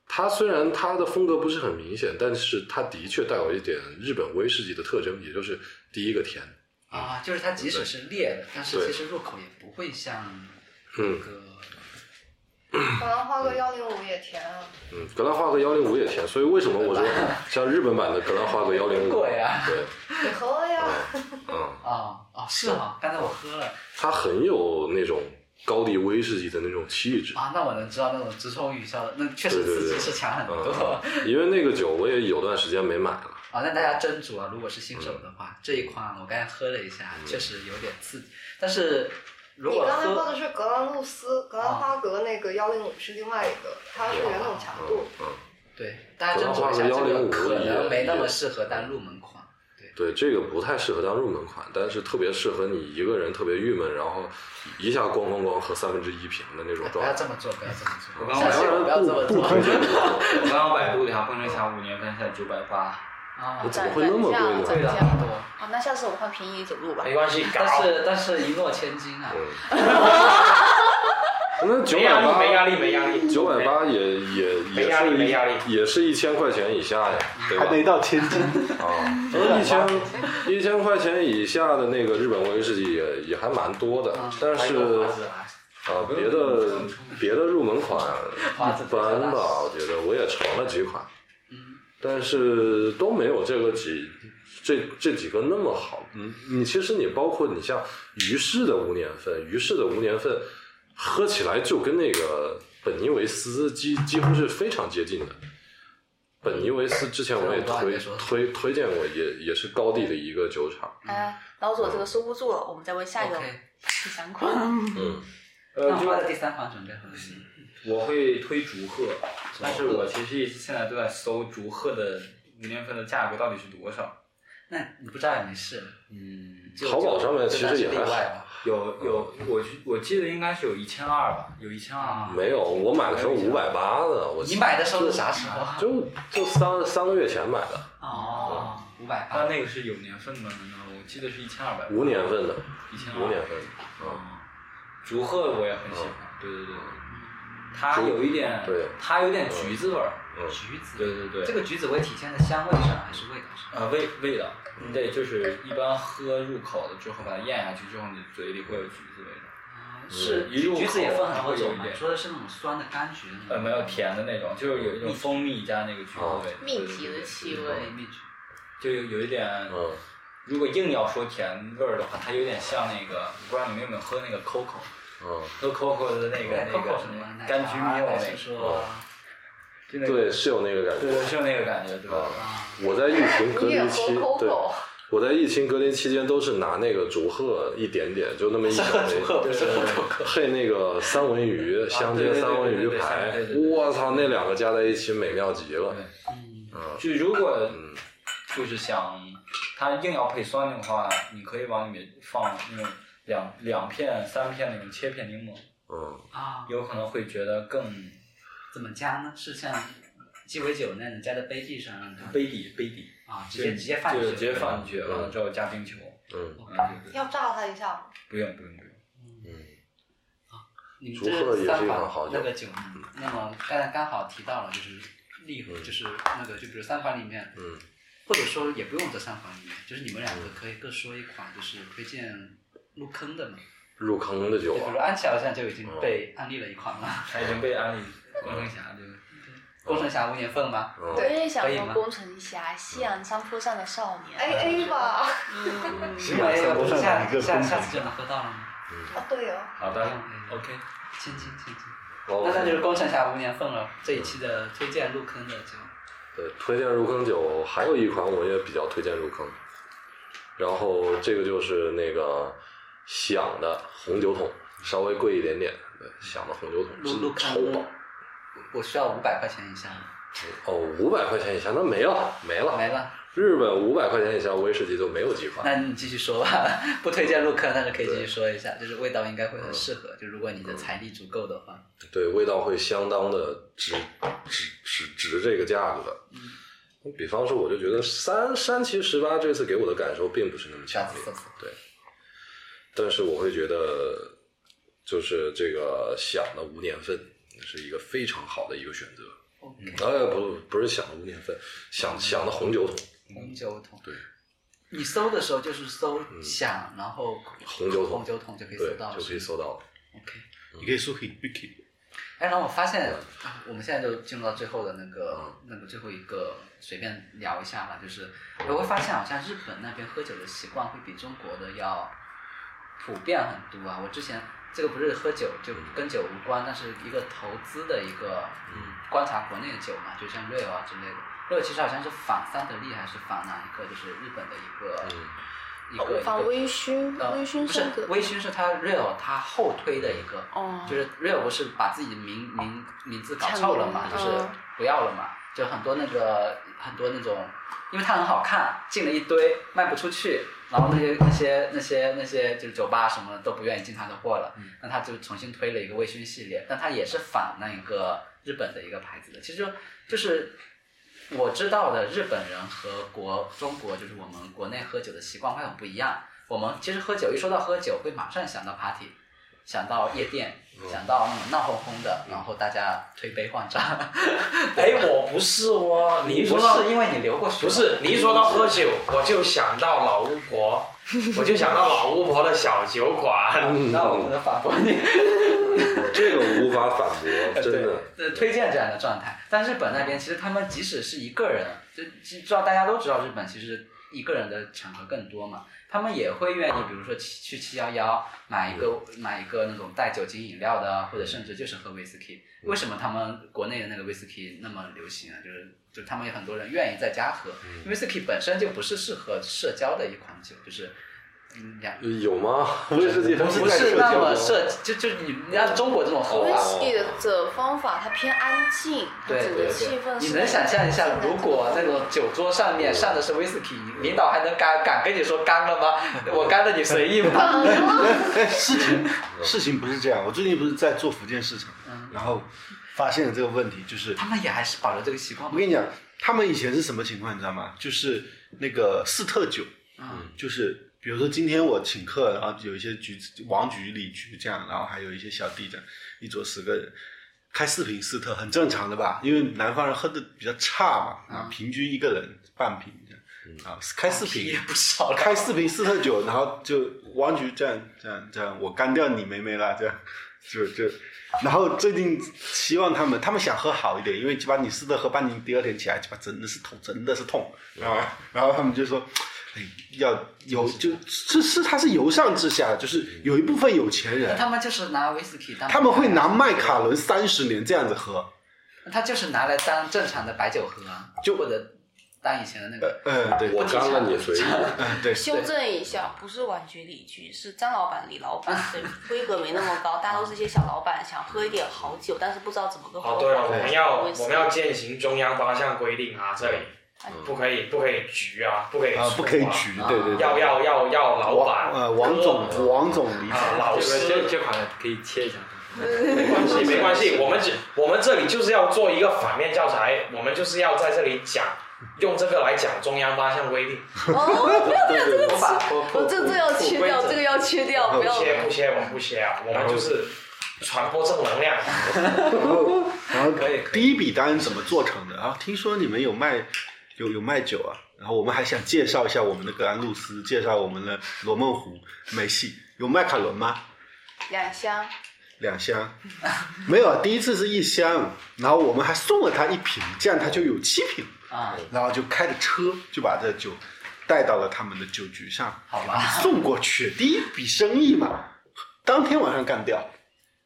S3: 它虽然它的风格不是很明显，但是它的确带有一点日本威士忌的特征，也就是第一个甜，
S1: 啊，就是它即使是烈的，但是
S3: 对
S1: 其实入口也不会像那
S3: 嗯
S1: 个嗯
S8: 可能花个幺零五也甜啊。
S3: 嗯，格兰花格幺零五也甜，所以为什么我说 [laughs] 像日本版的格兰花格幺零五，
S1: 贵啊
S3: 对，
S8: 你喝呀，
S3: 嗯，
S1: 啊哦是吗？刚才我喝了
S3: 它很有那种高地威士忌的那种气质，
S1: 啊，那我能知道那种直冲雨效的，那确实
S3: 对对
S1: 刺
S3: 对
S1: 激是强很多。
S3: 嗯，因为那个酒我也有段时间没买了，
S1: 啊，那大家斟酌啊，如果是新
S3: 嗯
S1: 手的话，这一款我刚才喝了一下，确实有点刺激，但是如
S8: 你
S1: 果啊
S8: 刚才喝
S1: 喝
S8: 的是格兰露丝，格兰花格那个幺零五是另外一个，它是两种强度。
S3: 嗯，
S1: 对，大家斟酌一下，这个可能没那么适合当入门款。
S3: 对，这个不太适合当入门款，但是特别适合你一个人特别郁闷，然后一下咣咣咣喝三分之一瓶的那种
S1: 不
S3: 状
S1: 要
S4: 哎
S3: 态。
S1: 这么做，不要这么做，
S6: 我刚
S1: 下次
S6: 我
S1: 不要这么
S3: 不
S1: 做 [laughs]
S3: 推荐这种
S6: 我刚刚百度了一下，蹦城墙五年分下九百八，
S1: 啊，
S3: 怎么会那么贵呢
S7: 涨
S1: 贵了
S7: 价
S1: 很多。
S7: 哦，那下次我换便宜酒路吧。
S5: 没关系，搞
S1: 但。是但是一诺千金啊，
S3: 嗯那九
S5: 没
S3: 百
S5: 压
S3: 八，
S5: 力，没压力，没压力。
S3: 九百八也也也
S5: 没压力
S3: 是一
S5: 没压力
S3: 也是一千块钱以下呀，对吧
S4: 还？没到千金，
S3: 啊，一千一千块钱以下的那个日本威士忌也也还蛮多
S1: 嗯
S4: 嗯
S3: 的，但
S5: 还
S3: 是
S5: 有花子啊
S3: 啊，别的别的入门款
S1: 花子
S3: 一般吧，我觉得我也尝了几款，
S1: 嗯
S3: 但是都没有这个几这这几个那么好。你你其实你包括你像于氏的无年份，于氏的无年份喝起来就跟那个本尼维斯几几乎是非常接近的。本尼维斯之前我也
S1: 这我不知道
S3: 推
S1: 你在说
S3: 推推荐过，也也是高地的一个酒厂，
S7: 哎，老左这个收不住了，我们再问下一个
S1: 嗯 OK，
S7: 第三款。
S3: 嗯，
S1: 那花的第三款准备喝什么？
S6: 我会推竹鹤，但是我其实一直现在都在搜竹鹤的五年份的价格到底是多少。
S1: 那你不知道也没事，
S6: 嗯，
S1: 就
S3: 淘宝上面
S1: 就
S3: 其实
S1: 当是
S3: 也
S1: 例
S3: 还好
S1: 外吧。
S6: 有有，我去我记得应该是有一千二吧，有一千二。
S3: 没有，我买的时候五百八的，我
S1: 你买的时候是啥时候啊？
S3: 就就三三个月前买的，
S1: 哦，五百
S6: 它
S1: 八，
S6: 那个是有年份的呢，我记得是一千二百。
S3: 五年份的，
S6: 一千
S3: 五
S6: 二
S3: 年。份的，
S6: 啊
S3: 嗯
S6: 竹鹤我也很喜欢，对对对，它有一点，
S3: 对嗯
S6: 它有点橘子味儿，
S1: 橘子。
S6: 对对对，
S1: 这个橘子会体现在香味上还是味道上？
S6: 啊味味道，你得就是一般喝入口了之后，把它咽下去之后，你嘴里会有橘子味道，
S1: 是
S6: 一嗯入口
S1: 橘子也分很多种嘛
S6: 它会有一，点
S1: 说的是那种酸的柑橘那
S6: 呃
S1: 种，
S6: 没有甜的那种，就是有一种蜂蜜加那个橘子味，
S7: 蜜
S6: 对对
S7: 提
S6: 对
S7: 的
S6: 对
S7: 气味，
S1: 对蜜橘。
S6: 就有有一点，
S3: 嗯，
S6: 如果硬要说甜味儿的话，它有点像那个，不知道你们有没有喝那个 Coco，
S3: 嗯，
S6: 喝 Coco 的那个那
S1: Coco
S6: 个
S1: 什么奶茶
S6: 柑橘蜜柚
S1: 还
S6: 那
S1: 是
S6: 个，
S1: 说
S6: 就那个
S3: 对，是有那个感
S6: 对
S3: 觉。啊
S6: 对，是那个感觉，对吧？
S1: 啊
S3: 我在疫情隔
S8: 你也喝
S3: 离期，对，
S8: Coco，
S3: 我在疫情隔离期间都是拿那个竹鹤一点点，就那么一小
S6: [laughs]
S3: 杯，
S6: 对对对，
S3: 配那个三文鱼，香
S6: 啊
S3: 煎
S6: 对对对
S3: 三文鱼
S6: 对对对
S3: 排
S6: 对对，对
S3: 我操，那两个加在一起美妙极了。
S6: 就如果就是想它硬要配酸的话，你可以往里面放那种两两片、三片那种切片柠檬，
S3: 嗯，
S1: 啊，
S6: 有可能会觉得更
S1: 怎么加呢？是像鸡尾酒那样加在杯壁上让它
S6: 杯底杯底，
S1: 啊，直
S6: 就
S1: 接直接放进
S6: 就
S1: 去，
S6: 直接放进去，完了之后加冰球，
S3: 嗯
S6: 嗯，对对
S8: 要炸它一下吗？
S6: 不用不用不用，
S1: 你们
S3: 竹鹤
S1: 这
S3: 也是
S1: 三
S3: 一款
S1: 款
S3: 好酒
S1: 那个酒呢，
S6: 嗯
S1: 那么刚才刚好提到了，就是例如就是那个就比如三款里面，
S3: 嗯，
S1: 或者说也不用这三款里面，就是你们两个可以各说一款，就是推荐入坑的嘛。
S3: 入坑的酒
S1: 就比如
S3: 啊，
S1: 安琪好像就已经
S4: 哦
S1: 被安利了一款了，
S6: 它已经被安利
S1: [laughs]
S6: 工程侠这个。
S1: 工程侠五年份吗？
S3: 嗯
S7: 我也想
S1: 可以吗
S7: 说工程侠，夕阳山坡上的少年。
S8: A A 吧。啊
S7: 嗯，
S4: 是
S1: 因为不是下
S4: 一个
S1: 下
S4: 工
S1: 下
S4: 程
S1: 次就能喝到了吗？嗯哎
S8: 啊，对哦，
S6: 好的，OK，
S1: 千金千金。
S3: 哦
S1: 那那就是工程侠五年份了，这一期的推荐入坑的酒。
S3: 对，呃推荐入坑酒还有一款我也比较推荐入坑，然后这个就是那个响的红酒桶，稍微贵一点点，对，响的红酒桶
S1: 入入
S3: 真超
S1: 坑
S3: 棒。
S1: 我需要五百块钱以下，
S3: 哦，五百块钱以下那没了，没了，
S1: 没。哎了。
S3: 日本五百块钱以下威士忌都没有几款。
S1: 那你继续说吧，不推荐入坑，但是可以继续说一下，就是味道应该会
S4: 哦
S1: 很适合，就如果你的财力足够的话。
S3: 对，味道会相当的值值值值这个价格。
S1: 嗯
S3: 比方说，我就觉得三三七十八这次给我的感受并不是那么强
S1: 下
S3: 烈
S1: 次下次，
S3: 对。但是我会觉得，就是这个响的无年份是一个非常好的一个选择。
S1: OK，
S3: 呃，不不是响的无年份，响响的红酒桶，
S1: 红酒桶。
S3: 对，
S1: 你搜的时候就是搜想，然后
S3: 红酒桶
S1: 红酒桶就可以搜
S3: 对，
S1: 到，
S3: 就可以搜到了。
S1: OK。
S4: 你可以说 hibiki，
S1: 哎，然后我发现，啊我们现在就进入到最后的那个那个最后一个，随便聊一下吧。就是我会发现，好像日本那边喝酒的习惯会比中国的要普遍很多啊。我之前这个不是喝酒就跟酒无关，但是一个投资的一个嗯观察国内的酒嘛，就像 Rio 啊之类的。热其实好像是仿三得利还是仿哪一个，就是日本的一个、一个一
S2: 防
S1: 个
S2: 微醺，
S1: 呃
S2: 微醺
S1: 不是
S2: 三得
S1: 微醺是他 real 他后推的一个，
S2: 哦
S1: 就是 real 不是把自己名名名字搞
S2: 抢
S1: 臭了
S2: 名
S1: 嘛，
S2: 了
S1: 就是不要了嘛，就很多那个很多那种，因为它很好看，进了一堆卖不出去，然后那些那些那些那些就是酒吧什么都不愿意进他的货了，那他就重新推了一个微醺系列，但他也是仿那一个日本的一个牌子的，其实就就是我知道的日本人和国中国就是我们国内喝酒的习惯会很不一样。我们其实喝酒一说到喝酒，会马上想到 party，想到夜店，
S5: 嗯
S1: 想到那种闹哄哄的，然后大家推杯换盏。
S5: 哎，我不是哦，你一
S1: 不
S5: 说到
S1: 是因为你留过学，
S5: 不是你一说到喝酒，我就想到老巫婆，我就想到老巫婆的小酒馆。
S1: 那我不能反驳你。
S3: 这个我无法反
S1: [laughs]
S3: 驳，真的。
S1: 对，呃推荐这样的状态。但日本那边其实他们即使是一个人，就知知道大家都知道日本其实一个人的场合更多嘛，他们也会愿意，比如说去去七幺幺买一个买一个那种带酒精饮料的，或者甚至就是喝威士忌。
S3: 嗯
S1: 为什么他们国内的那个威士忌那么流行啊？就是就他们有很多人愿意在家喝，
S3: 嗯
S1: 因为威士忌本身就不是适合社交的一款酒，就是嗯两。
S3: 有吗？ [laughs] 威士忌它
S1: 不
S3: 在
S1: 是
S3: 社
S1: 那
S3: 交
S1: 么
S3: 吗
S1: 社，就就你你按中国这种喝
S2: 威
S1: 法，啊
S2: 士忌的这方法它偏安静，它
S1: 哦对
S2: 整
S1: 对对
S2: 个气氛是
S1: 你能想象一下，如果那种酒桌上
S4: 嗯
S1: 面上的是威士忌，领导还能敢敢跟你说干了
S4: [laughs]
S1: 吗？我干了你随意吗？
S4: 嗯哎事情事情不是这样，我最近不是在做福建市场，然后发现了这个问题，就是
S1: 他们也还是保留这个习惯
S4: 我
S1: 吗？
S4: 跟你讲，他们以前是什么情况，你知道吗？就是那个四特酒，
S1: 啊
S4: 嗯，就是比如说今天我请客，然后有一些局王局、李局这样，然后还有一些小弟这样，一桌十个人，开四瓶四特，很正常的吧？因为南方人喝的比较差嘛，啊，
S1: 嗯
S4: 平均一个人半瓶这样，啊，开四瓶
S1: 也不少了。
S4: 开四瓶四特酒，然后就王局这样这样这样，我干掉你妹妹啦，这样就就，然后最近希望他们他们想喝好一点，因为鸡巴你四特喝半斤，第二天起来鸡巴真的是痛，真的是痛，然后然后他们就说。哎，要由就是是他是由上至下，就是有一部分有钱人，
S1: 他们就是拿威士忌当，
S4: 他们会拿麦卡，伦三十年这样子喝，
S1: 他就是拿来当正常的白酒喝啊，
S4: 就
S1: 或者当以前的那个。
S4: 嗯，对，
S3: 我干了你随意。
S4: 嗯对，
S7: 修正一下，不是婉局李局，是张老板、李老板，
S1: 嗯
S7: 对， [laughs] 规格没那么高，大家都是一些小老板，想喝一点好酒，但是不知道怎么个喝
S5: 哦
S7: 法。，
S5: 对
S1: 啊
S5: 了，我们要
S7: 威士忌
S5: 我们要践行中央八项规定啊，这里不可以不可以局啊，不可以
S4: 啊，不可以
S5: 醋啊
S4: 举，对对对，
S5: 要要要要老
S4: 王
S5: 板
S4: 呃王总王总理
S5: 啊，
S4: 解，
S5: 老
S6: 这个这
S5: 师，
S6: 这款可以切一下。
S5: 没关系没关系，我们只我们这里就是要做一个反面教材，我们就是要在这里讲，用这个来讲中央八项规定，
S2: 哦，不要这样，这
S1: 我把我
S2: 个我这这要切掉，这个要切掉，不
S5: 不
S2: 要。
S5: 切不切我们不切啊，我们就是传播正能量。
S4: 然后然后
S1: 可以可以
S4: 第一笔单怎么做成的？然后听说你们有卖有有卖酒啊，然后我们还想介绍一下我们的格兰露丝，介绍我们的罗梦湖，没戏，有麦卡伦吗？
S7: 两箱，
S4: 两箱，没有，啊第一次是一箱，然后我们还送了他一瓶，这样他就有七瓶，
S1: 啊，
S4: 然后就开着车就把这酒带到了他们的酒局上，
S1: 好吧，
S4: 送过去，第一笔生意嘛，当天晚上干掉，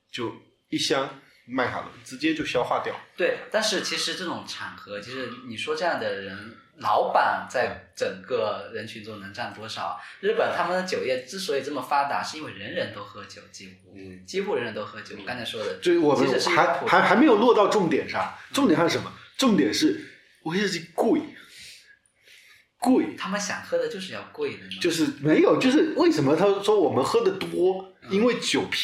S4: 就一箱麦卡伦直接就消化掉。
S1: 对，但是其实这种场合，其实你说这样的人，老板在整个人群中能占多少？日本他们的酒业之所以这么发达，是因为人人都喝酒，几乎、几乎人人都喝酒。刚才说的，
S4: 就是嗯我
S1: 即
S4: 们
S1: 使是一个
S4: 还
S1: 普
S4: 还还没有落到重点上，重点上是什么？重点是威士忌贵，贵
S1: 他们想喝的就是要贵的嘛，
S4: 就是没有，就是为什么他说我们喝的多？
S1: 嗯
S4: 因为酒便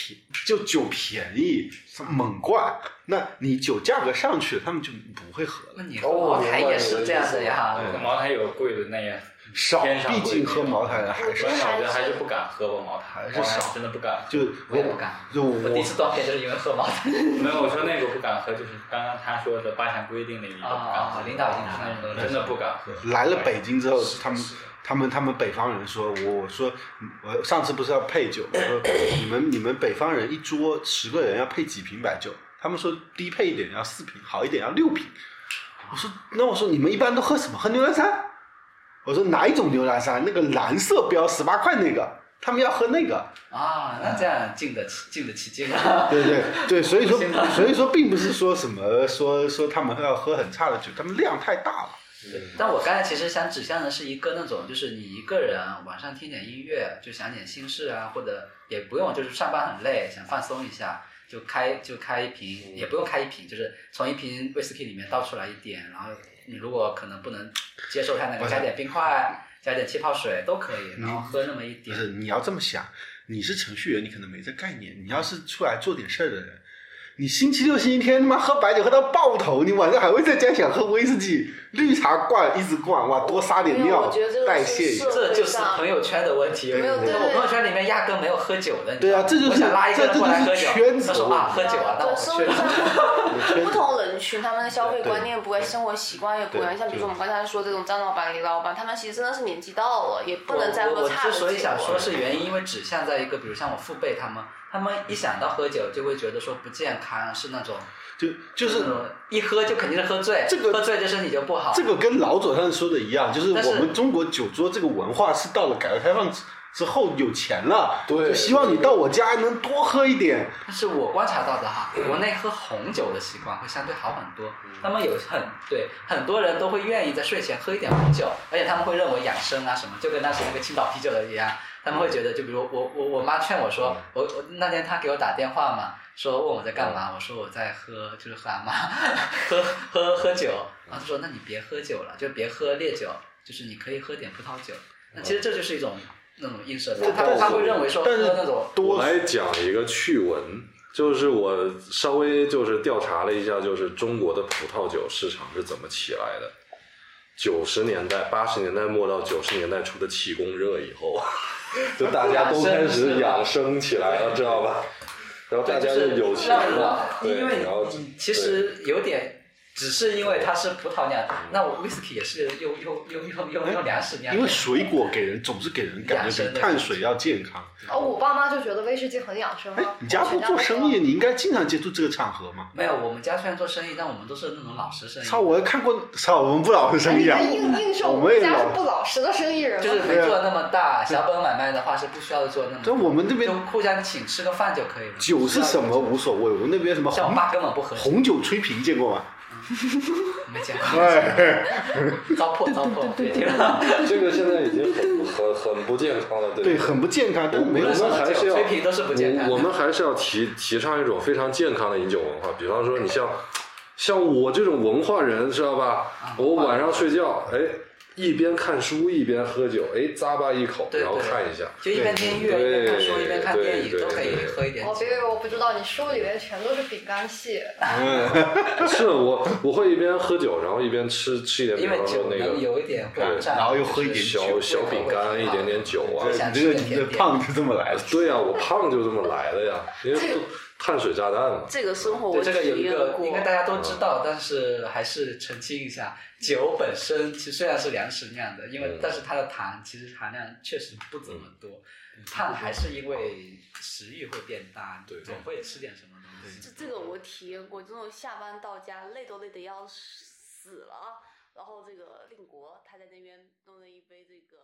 S4: 就酒便宜，猛灌，那你酒价格上去，他们就不会喝
S1: 那
S4: 了。
S1: 你喝茅台也是这样的呀。
S6: 茅台有贵的那也
S4: 少
S6: 偏，上
S4: 毕
S6: 贵
S4: 竟
S6: 一点
S4: 喝茅台的还
S6: 我
S4: 是
S6: 小觉得还是不敢喝过茅
S4: 还
S6: 台，
S4: 是少
S6: 茅台真的不敢。
S4: 就
S1: 我也不敢
S4: 就
S1: 我第一
S4: 我
S1: 次断片就是因为喝茅台
S6: 没有，我说那个不敢喝，就是刚刚他说的八项规定里面不敢喝
S1: 啊，。领导已经看喝了，
S6: 真的不敢喝。
S4: 来了北京之后，他们他们他们北方人说，我我说嗯我上次不是要配酒，我说你们你们北方人一桌十个人要配几瓶白酒？他们说低配一点要四瓶，好一点要六瓶。我说那我说你们一般都喝什么？喝牛栏山？我说哪一种牛栏山？那个蓝色标十八块那个，他们要喝那个。
S1: 啊，那这样进得起进得起劲啊。
S4: 对对对，所以说所以说并不是说什么说说他们要喝很差的酒，他们量太大了。
S1: 但我刚才其实想指向的是一个那种，就是你一个人晚上听点音乐，就想点心事啊，或者也不用就是上班很累，想放松一下，就开就开一瓶，也不用开一瓶，就是从一瓶威士忌里面倒出来一点，然后你如果可能不能接受太那个，加点冰块，加点气泡水都可以，然后喝那么一
S4: 不
S1: 点。
S4: 是你要这么想，你是程序员，你可能没这概念。你要是出来做点事儿的人，你星期六、星期天他妈喝白酒喝到爆头，你晚上还会在家想喝威士忌、绿茶灌，一直灌，哇，多撒点
S2: 因为我
S4: 尿
S2: 觉得这，个
S4: 代
S2: 是
S4: 谢一下
S2: 社。
S1: 这就是朋友圈的问题。
S4: 没有对
S1: 我朋友圈里面压根没有喝酒的。你
S4: 对啊
S1: 知道吗
S4: 这就是
S1: 我想拉一个人过来喝酒，
S4: 这这就是圈子
S1: 他说啊，喝酒啊，那我
S2: 对，
S1: 不
S2: 生
S1: 去
S2: 活
S1: 了。
S2: 上不同人群他们的消费观念不一样，
S4: 对
S2: 生活习惯也不一样。
S4: 对
S2: 像比如说我们刚才说这种张老板、李老板，他们其实真的是年纪到了，也不能再
S1: 我
S2: 喝
S1: 我
S2: 差
S1: 之
S2: 的酒
S1: 所以想说
S2: 了。
S1: 是原因，因为指向在一个，比如像我父辈他们，他们一想到喝酒就会觉得说不健康，是那种
S4: 就就是
S1: 那种一喝就肯定是喝醉，
S4: 这个
S1: 喝醉对身体就不好。
S4: 这个跟老左上说的一样，就是
S1: 但是
S4: 我们中国酒桌这个文化是到了改革开放之之后有钱了，
S3: 对
S4: 就希望你到我家能多喝一点。
S1: 但是我观察到的哈，
S4: 嗯
S1: 国内喝红酒的习惯会相对好很多。他们有很对很多人都会愿意在睡前喝一点红酒，而且他们会认为养生啊什么，就跟当时那个青岛啤酒的一样。他们会觉得，就比如我我我妈劝我说，
S4: 嗯
S1: 我我那天她给我打电话嘛，说问我在干
S4: 嗯
S1: 嘛，我说我在喝就是喝阿妈 [laughs] 喝喝喝酒，然后她说那你别喝酒了，就别喝烈酒，就是你可以喝点葡萄酒。那其实这就是一种那种映射，他他会认为说喝
S4: 嗯但是
S1: 那种
S4: 多
S3: 我来讲一个趣闻，就是我稍微就是调查了一下，就是中国的葡萄酒市场是怎么起来的。九十年代、八十年代末到九十年代初的气功热以后， [laughs] 就大家都开始养生起来了，知道吧？然后大家就有钱了，
S1: 对
S3: 对，
S1: 因为
S3: 然后
S1: 你其实有点，只是因为它是葡萄酿，那我 whisky 也是用用用用用用粮食酿的，
S4: 因为水果给人总是给人感觉比碳水要健康。
S8: 哦，我爸妈就觉得威士忌很养生啊。
S4: 哎你家不做生意，你应该经常接触这个场合嘛。
S1: 没有我们家虽然做生意，但我们都是那种老实生意，
S4: 操，我看过，操，我们不老是生意啊
S8: 嗯哎，你看硬硬说
S4: 我
S8: 我
S4: 们也
S8: 们家是
S4: 老
S8: 不老实的生意人
S1: 就是
S8: 吗？
S1: 没做那么大小本买卖的话是不需要做那么大，
S4: 但我们这边
S1: 就互相请吃个饭就可以了。
S4: 酒是什么无所谓，我们那边什么
S1: 像我
S4: 红
S1: 爸根本不喝酒，
S4: 红酒吹瓶见过吗？
S1: 没见
S4: 哎，
S1: 过，糟粕糟粕，别听了。
S3: 这个现在已经很很很不健康了，对
S4: 对，
S3: 吧
S4: 很不健康，但
S3: 我
S4: 没有
S3: 们
S4: 办法
S3: 还是要
S1: 水平都是不健康的
S3: 我我们还是要提提倡一种非常健康的饮酒文化，比方说你像像我这种文化人，知道吧？
S1: 啊
S3: 我晚上睡觉，哎，一边看书一边喝酒，哎，咂巴一口，
S1: 对
S3: 然后
S1: 对
S3: 看一下。
S1: 就一边听音乐，一边看书，一边看电影，都可以喝一点
S8: 哦，
S1: 酒
S8: 别。别别，我不知道，你书里面全都是饼干系。
S3: 是我我会一边喝酒，然后一边吃吃一点，比
S1: 因为
S3: 方说
S1: 酒
S3: 那
S1: 能
S3: 个
S1: 有一点过站，
S4: 然后又喝一点
S3: 小小饼干，一点点酒啊哎
S1: 对。
S4: 你这个你的胖就这么来的。
S3: 对呀、我胖就这么来的呀，因为都碳水炸弹嘛。
S2: 这个生活我
S1: 对这个
S2: 体
S1: 有一
S2: 验
S1: 个，
S2: 过
S1: 应，该大家都知道，但是还是澄清一下，酒本身其实虽然是粮食酿的，因为
S3: 嗯
S1: 但是它的糖其实含量确实不怎么多，碳还是因为食欲会变大，
S3: 嗯对
S1: 总会吃点什么东西。
S2: 这这个我体验过，这种下班到家累都累得要死了，然后这个令国他在那边弄了一杯这个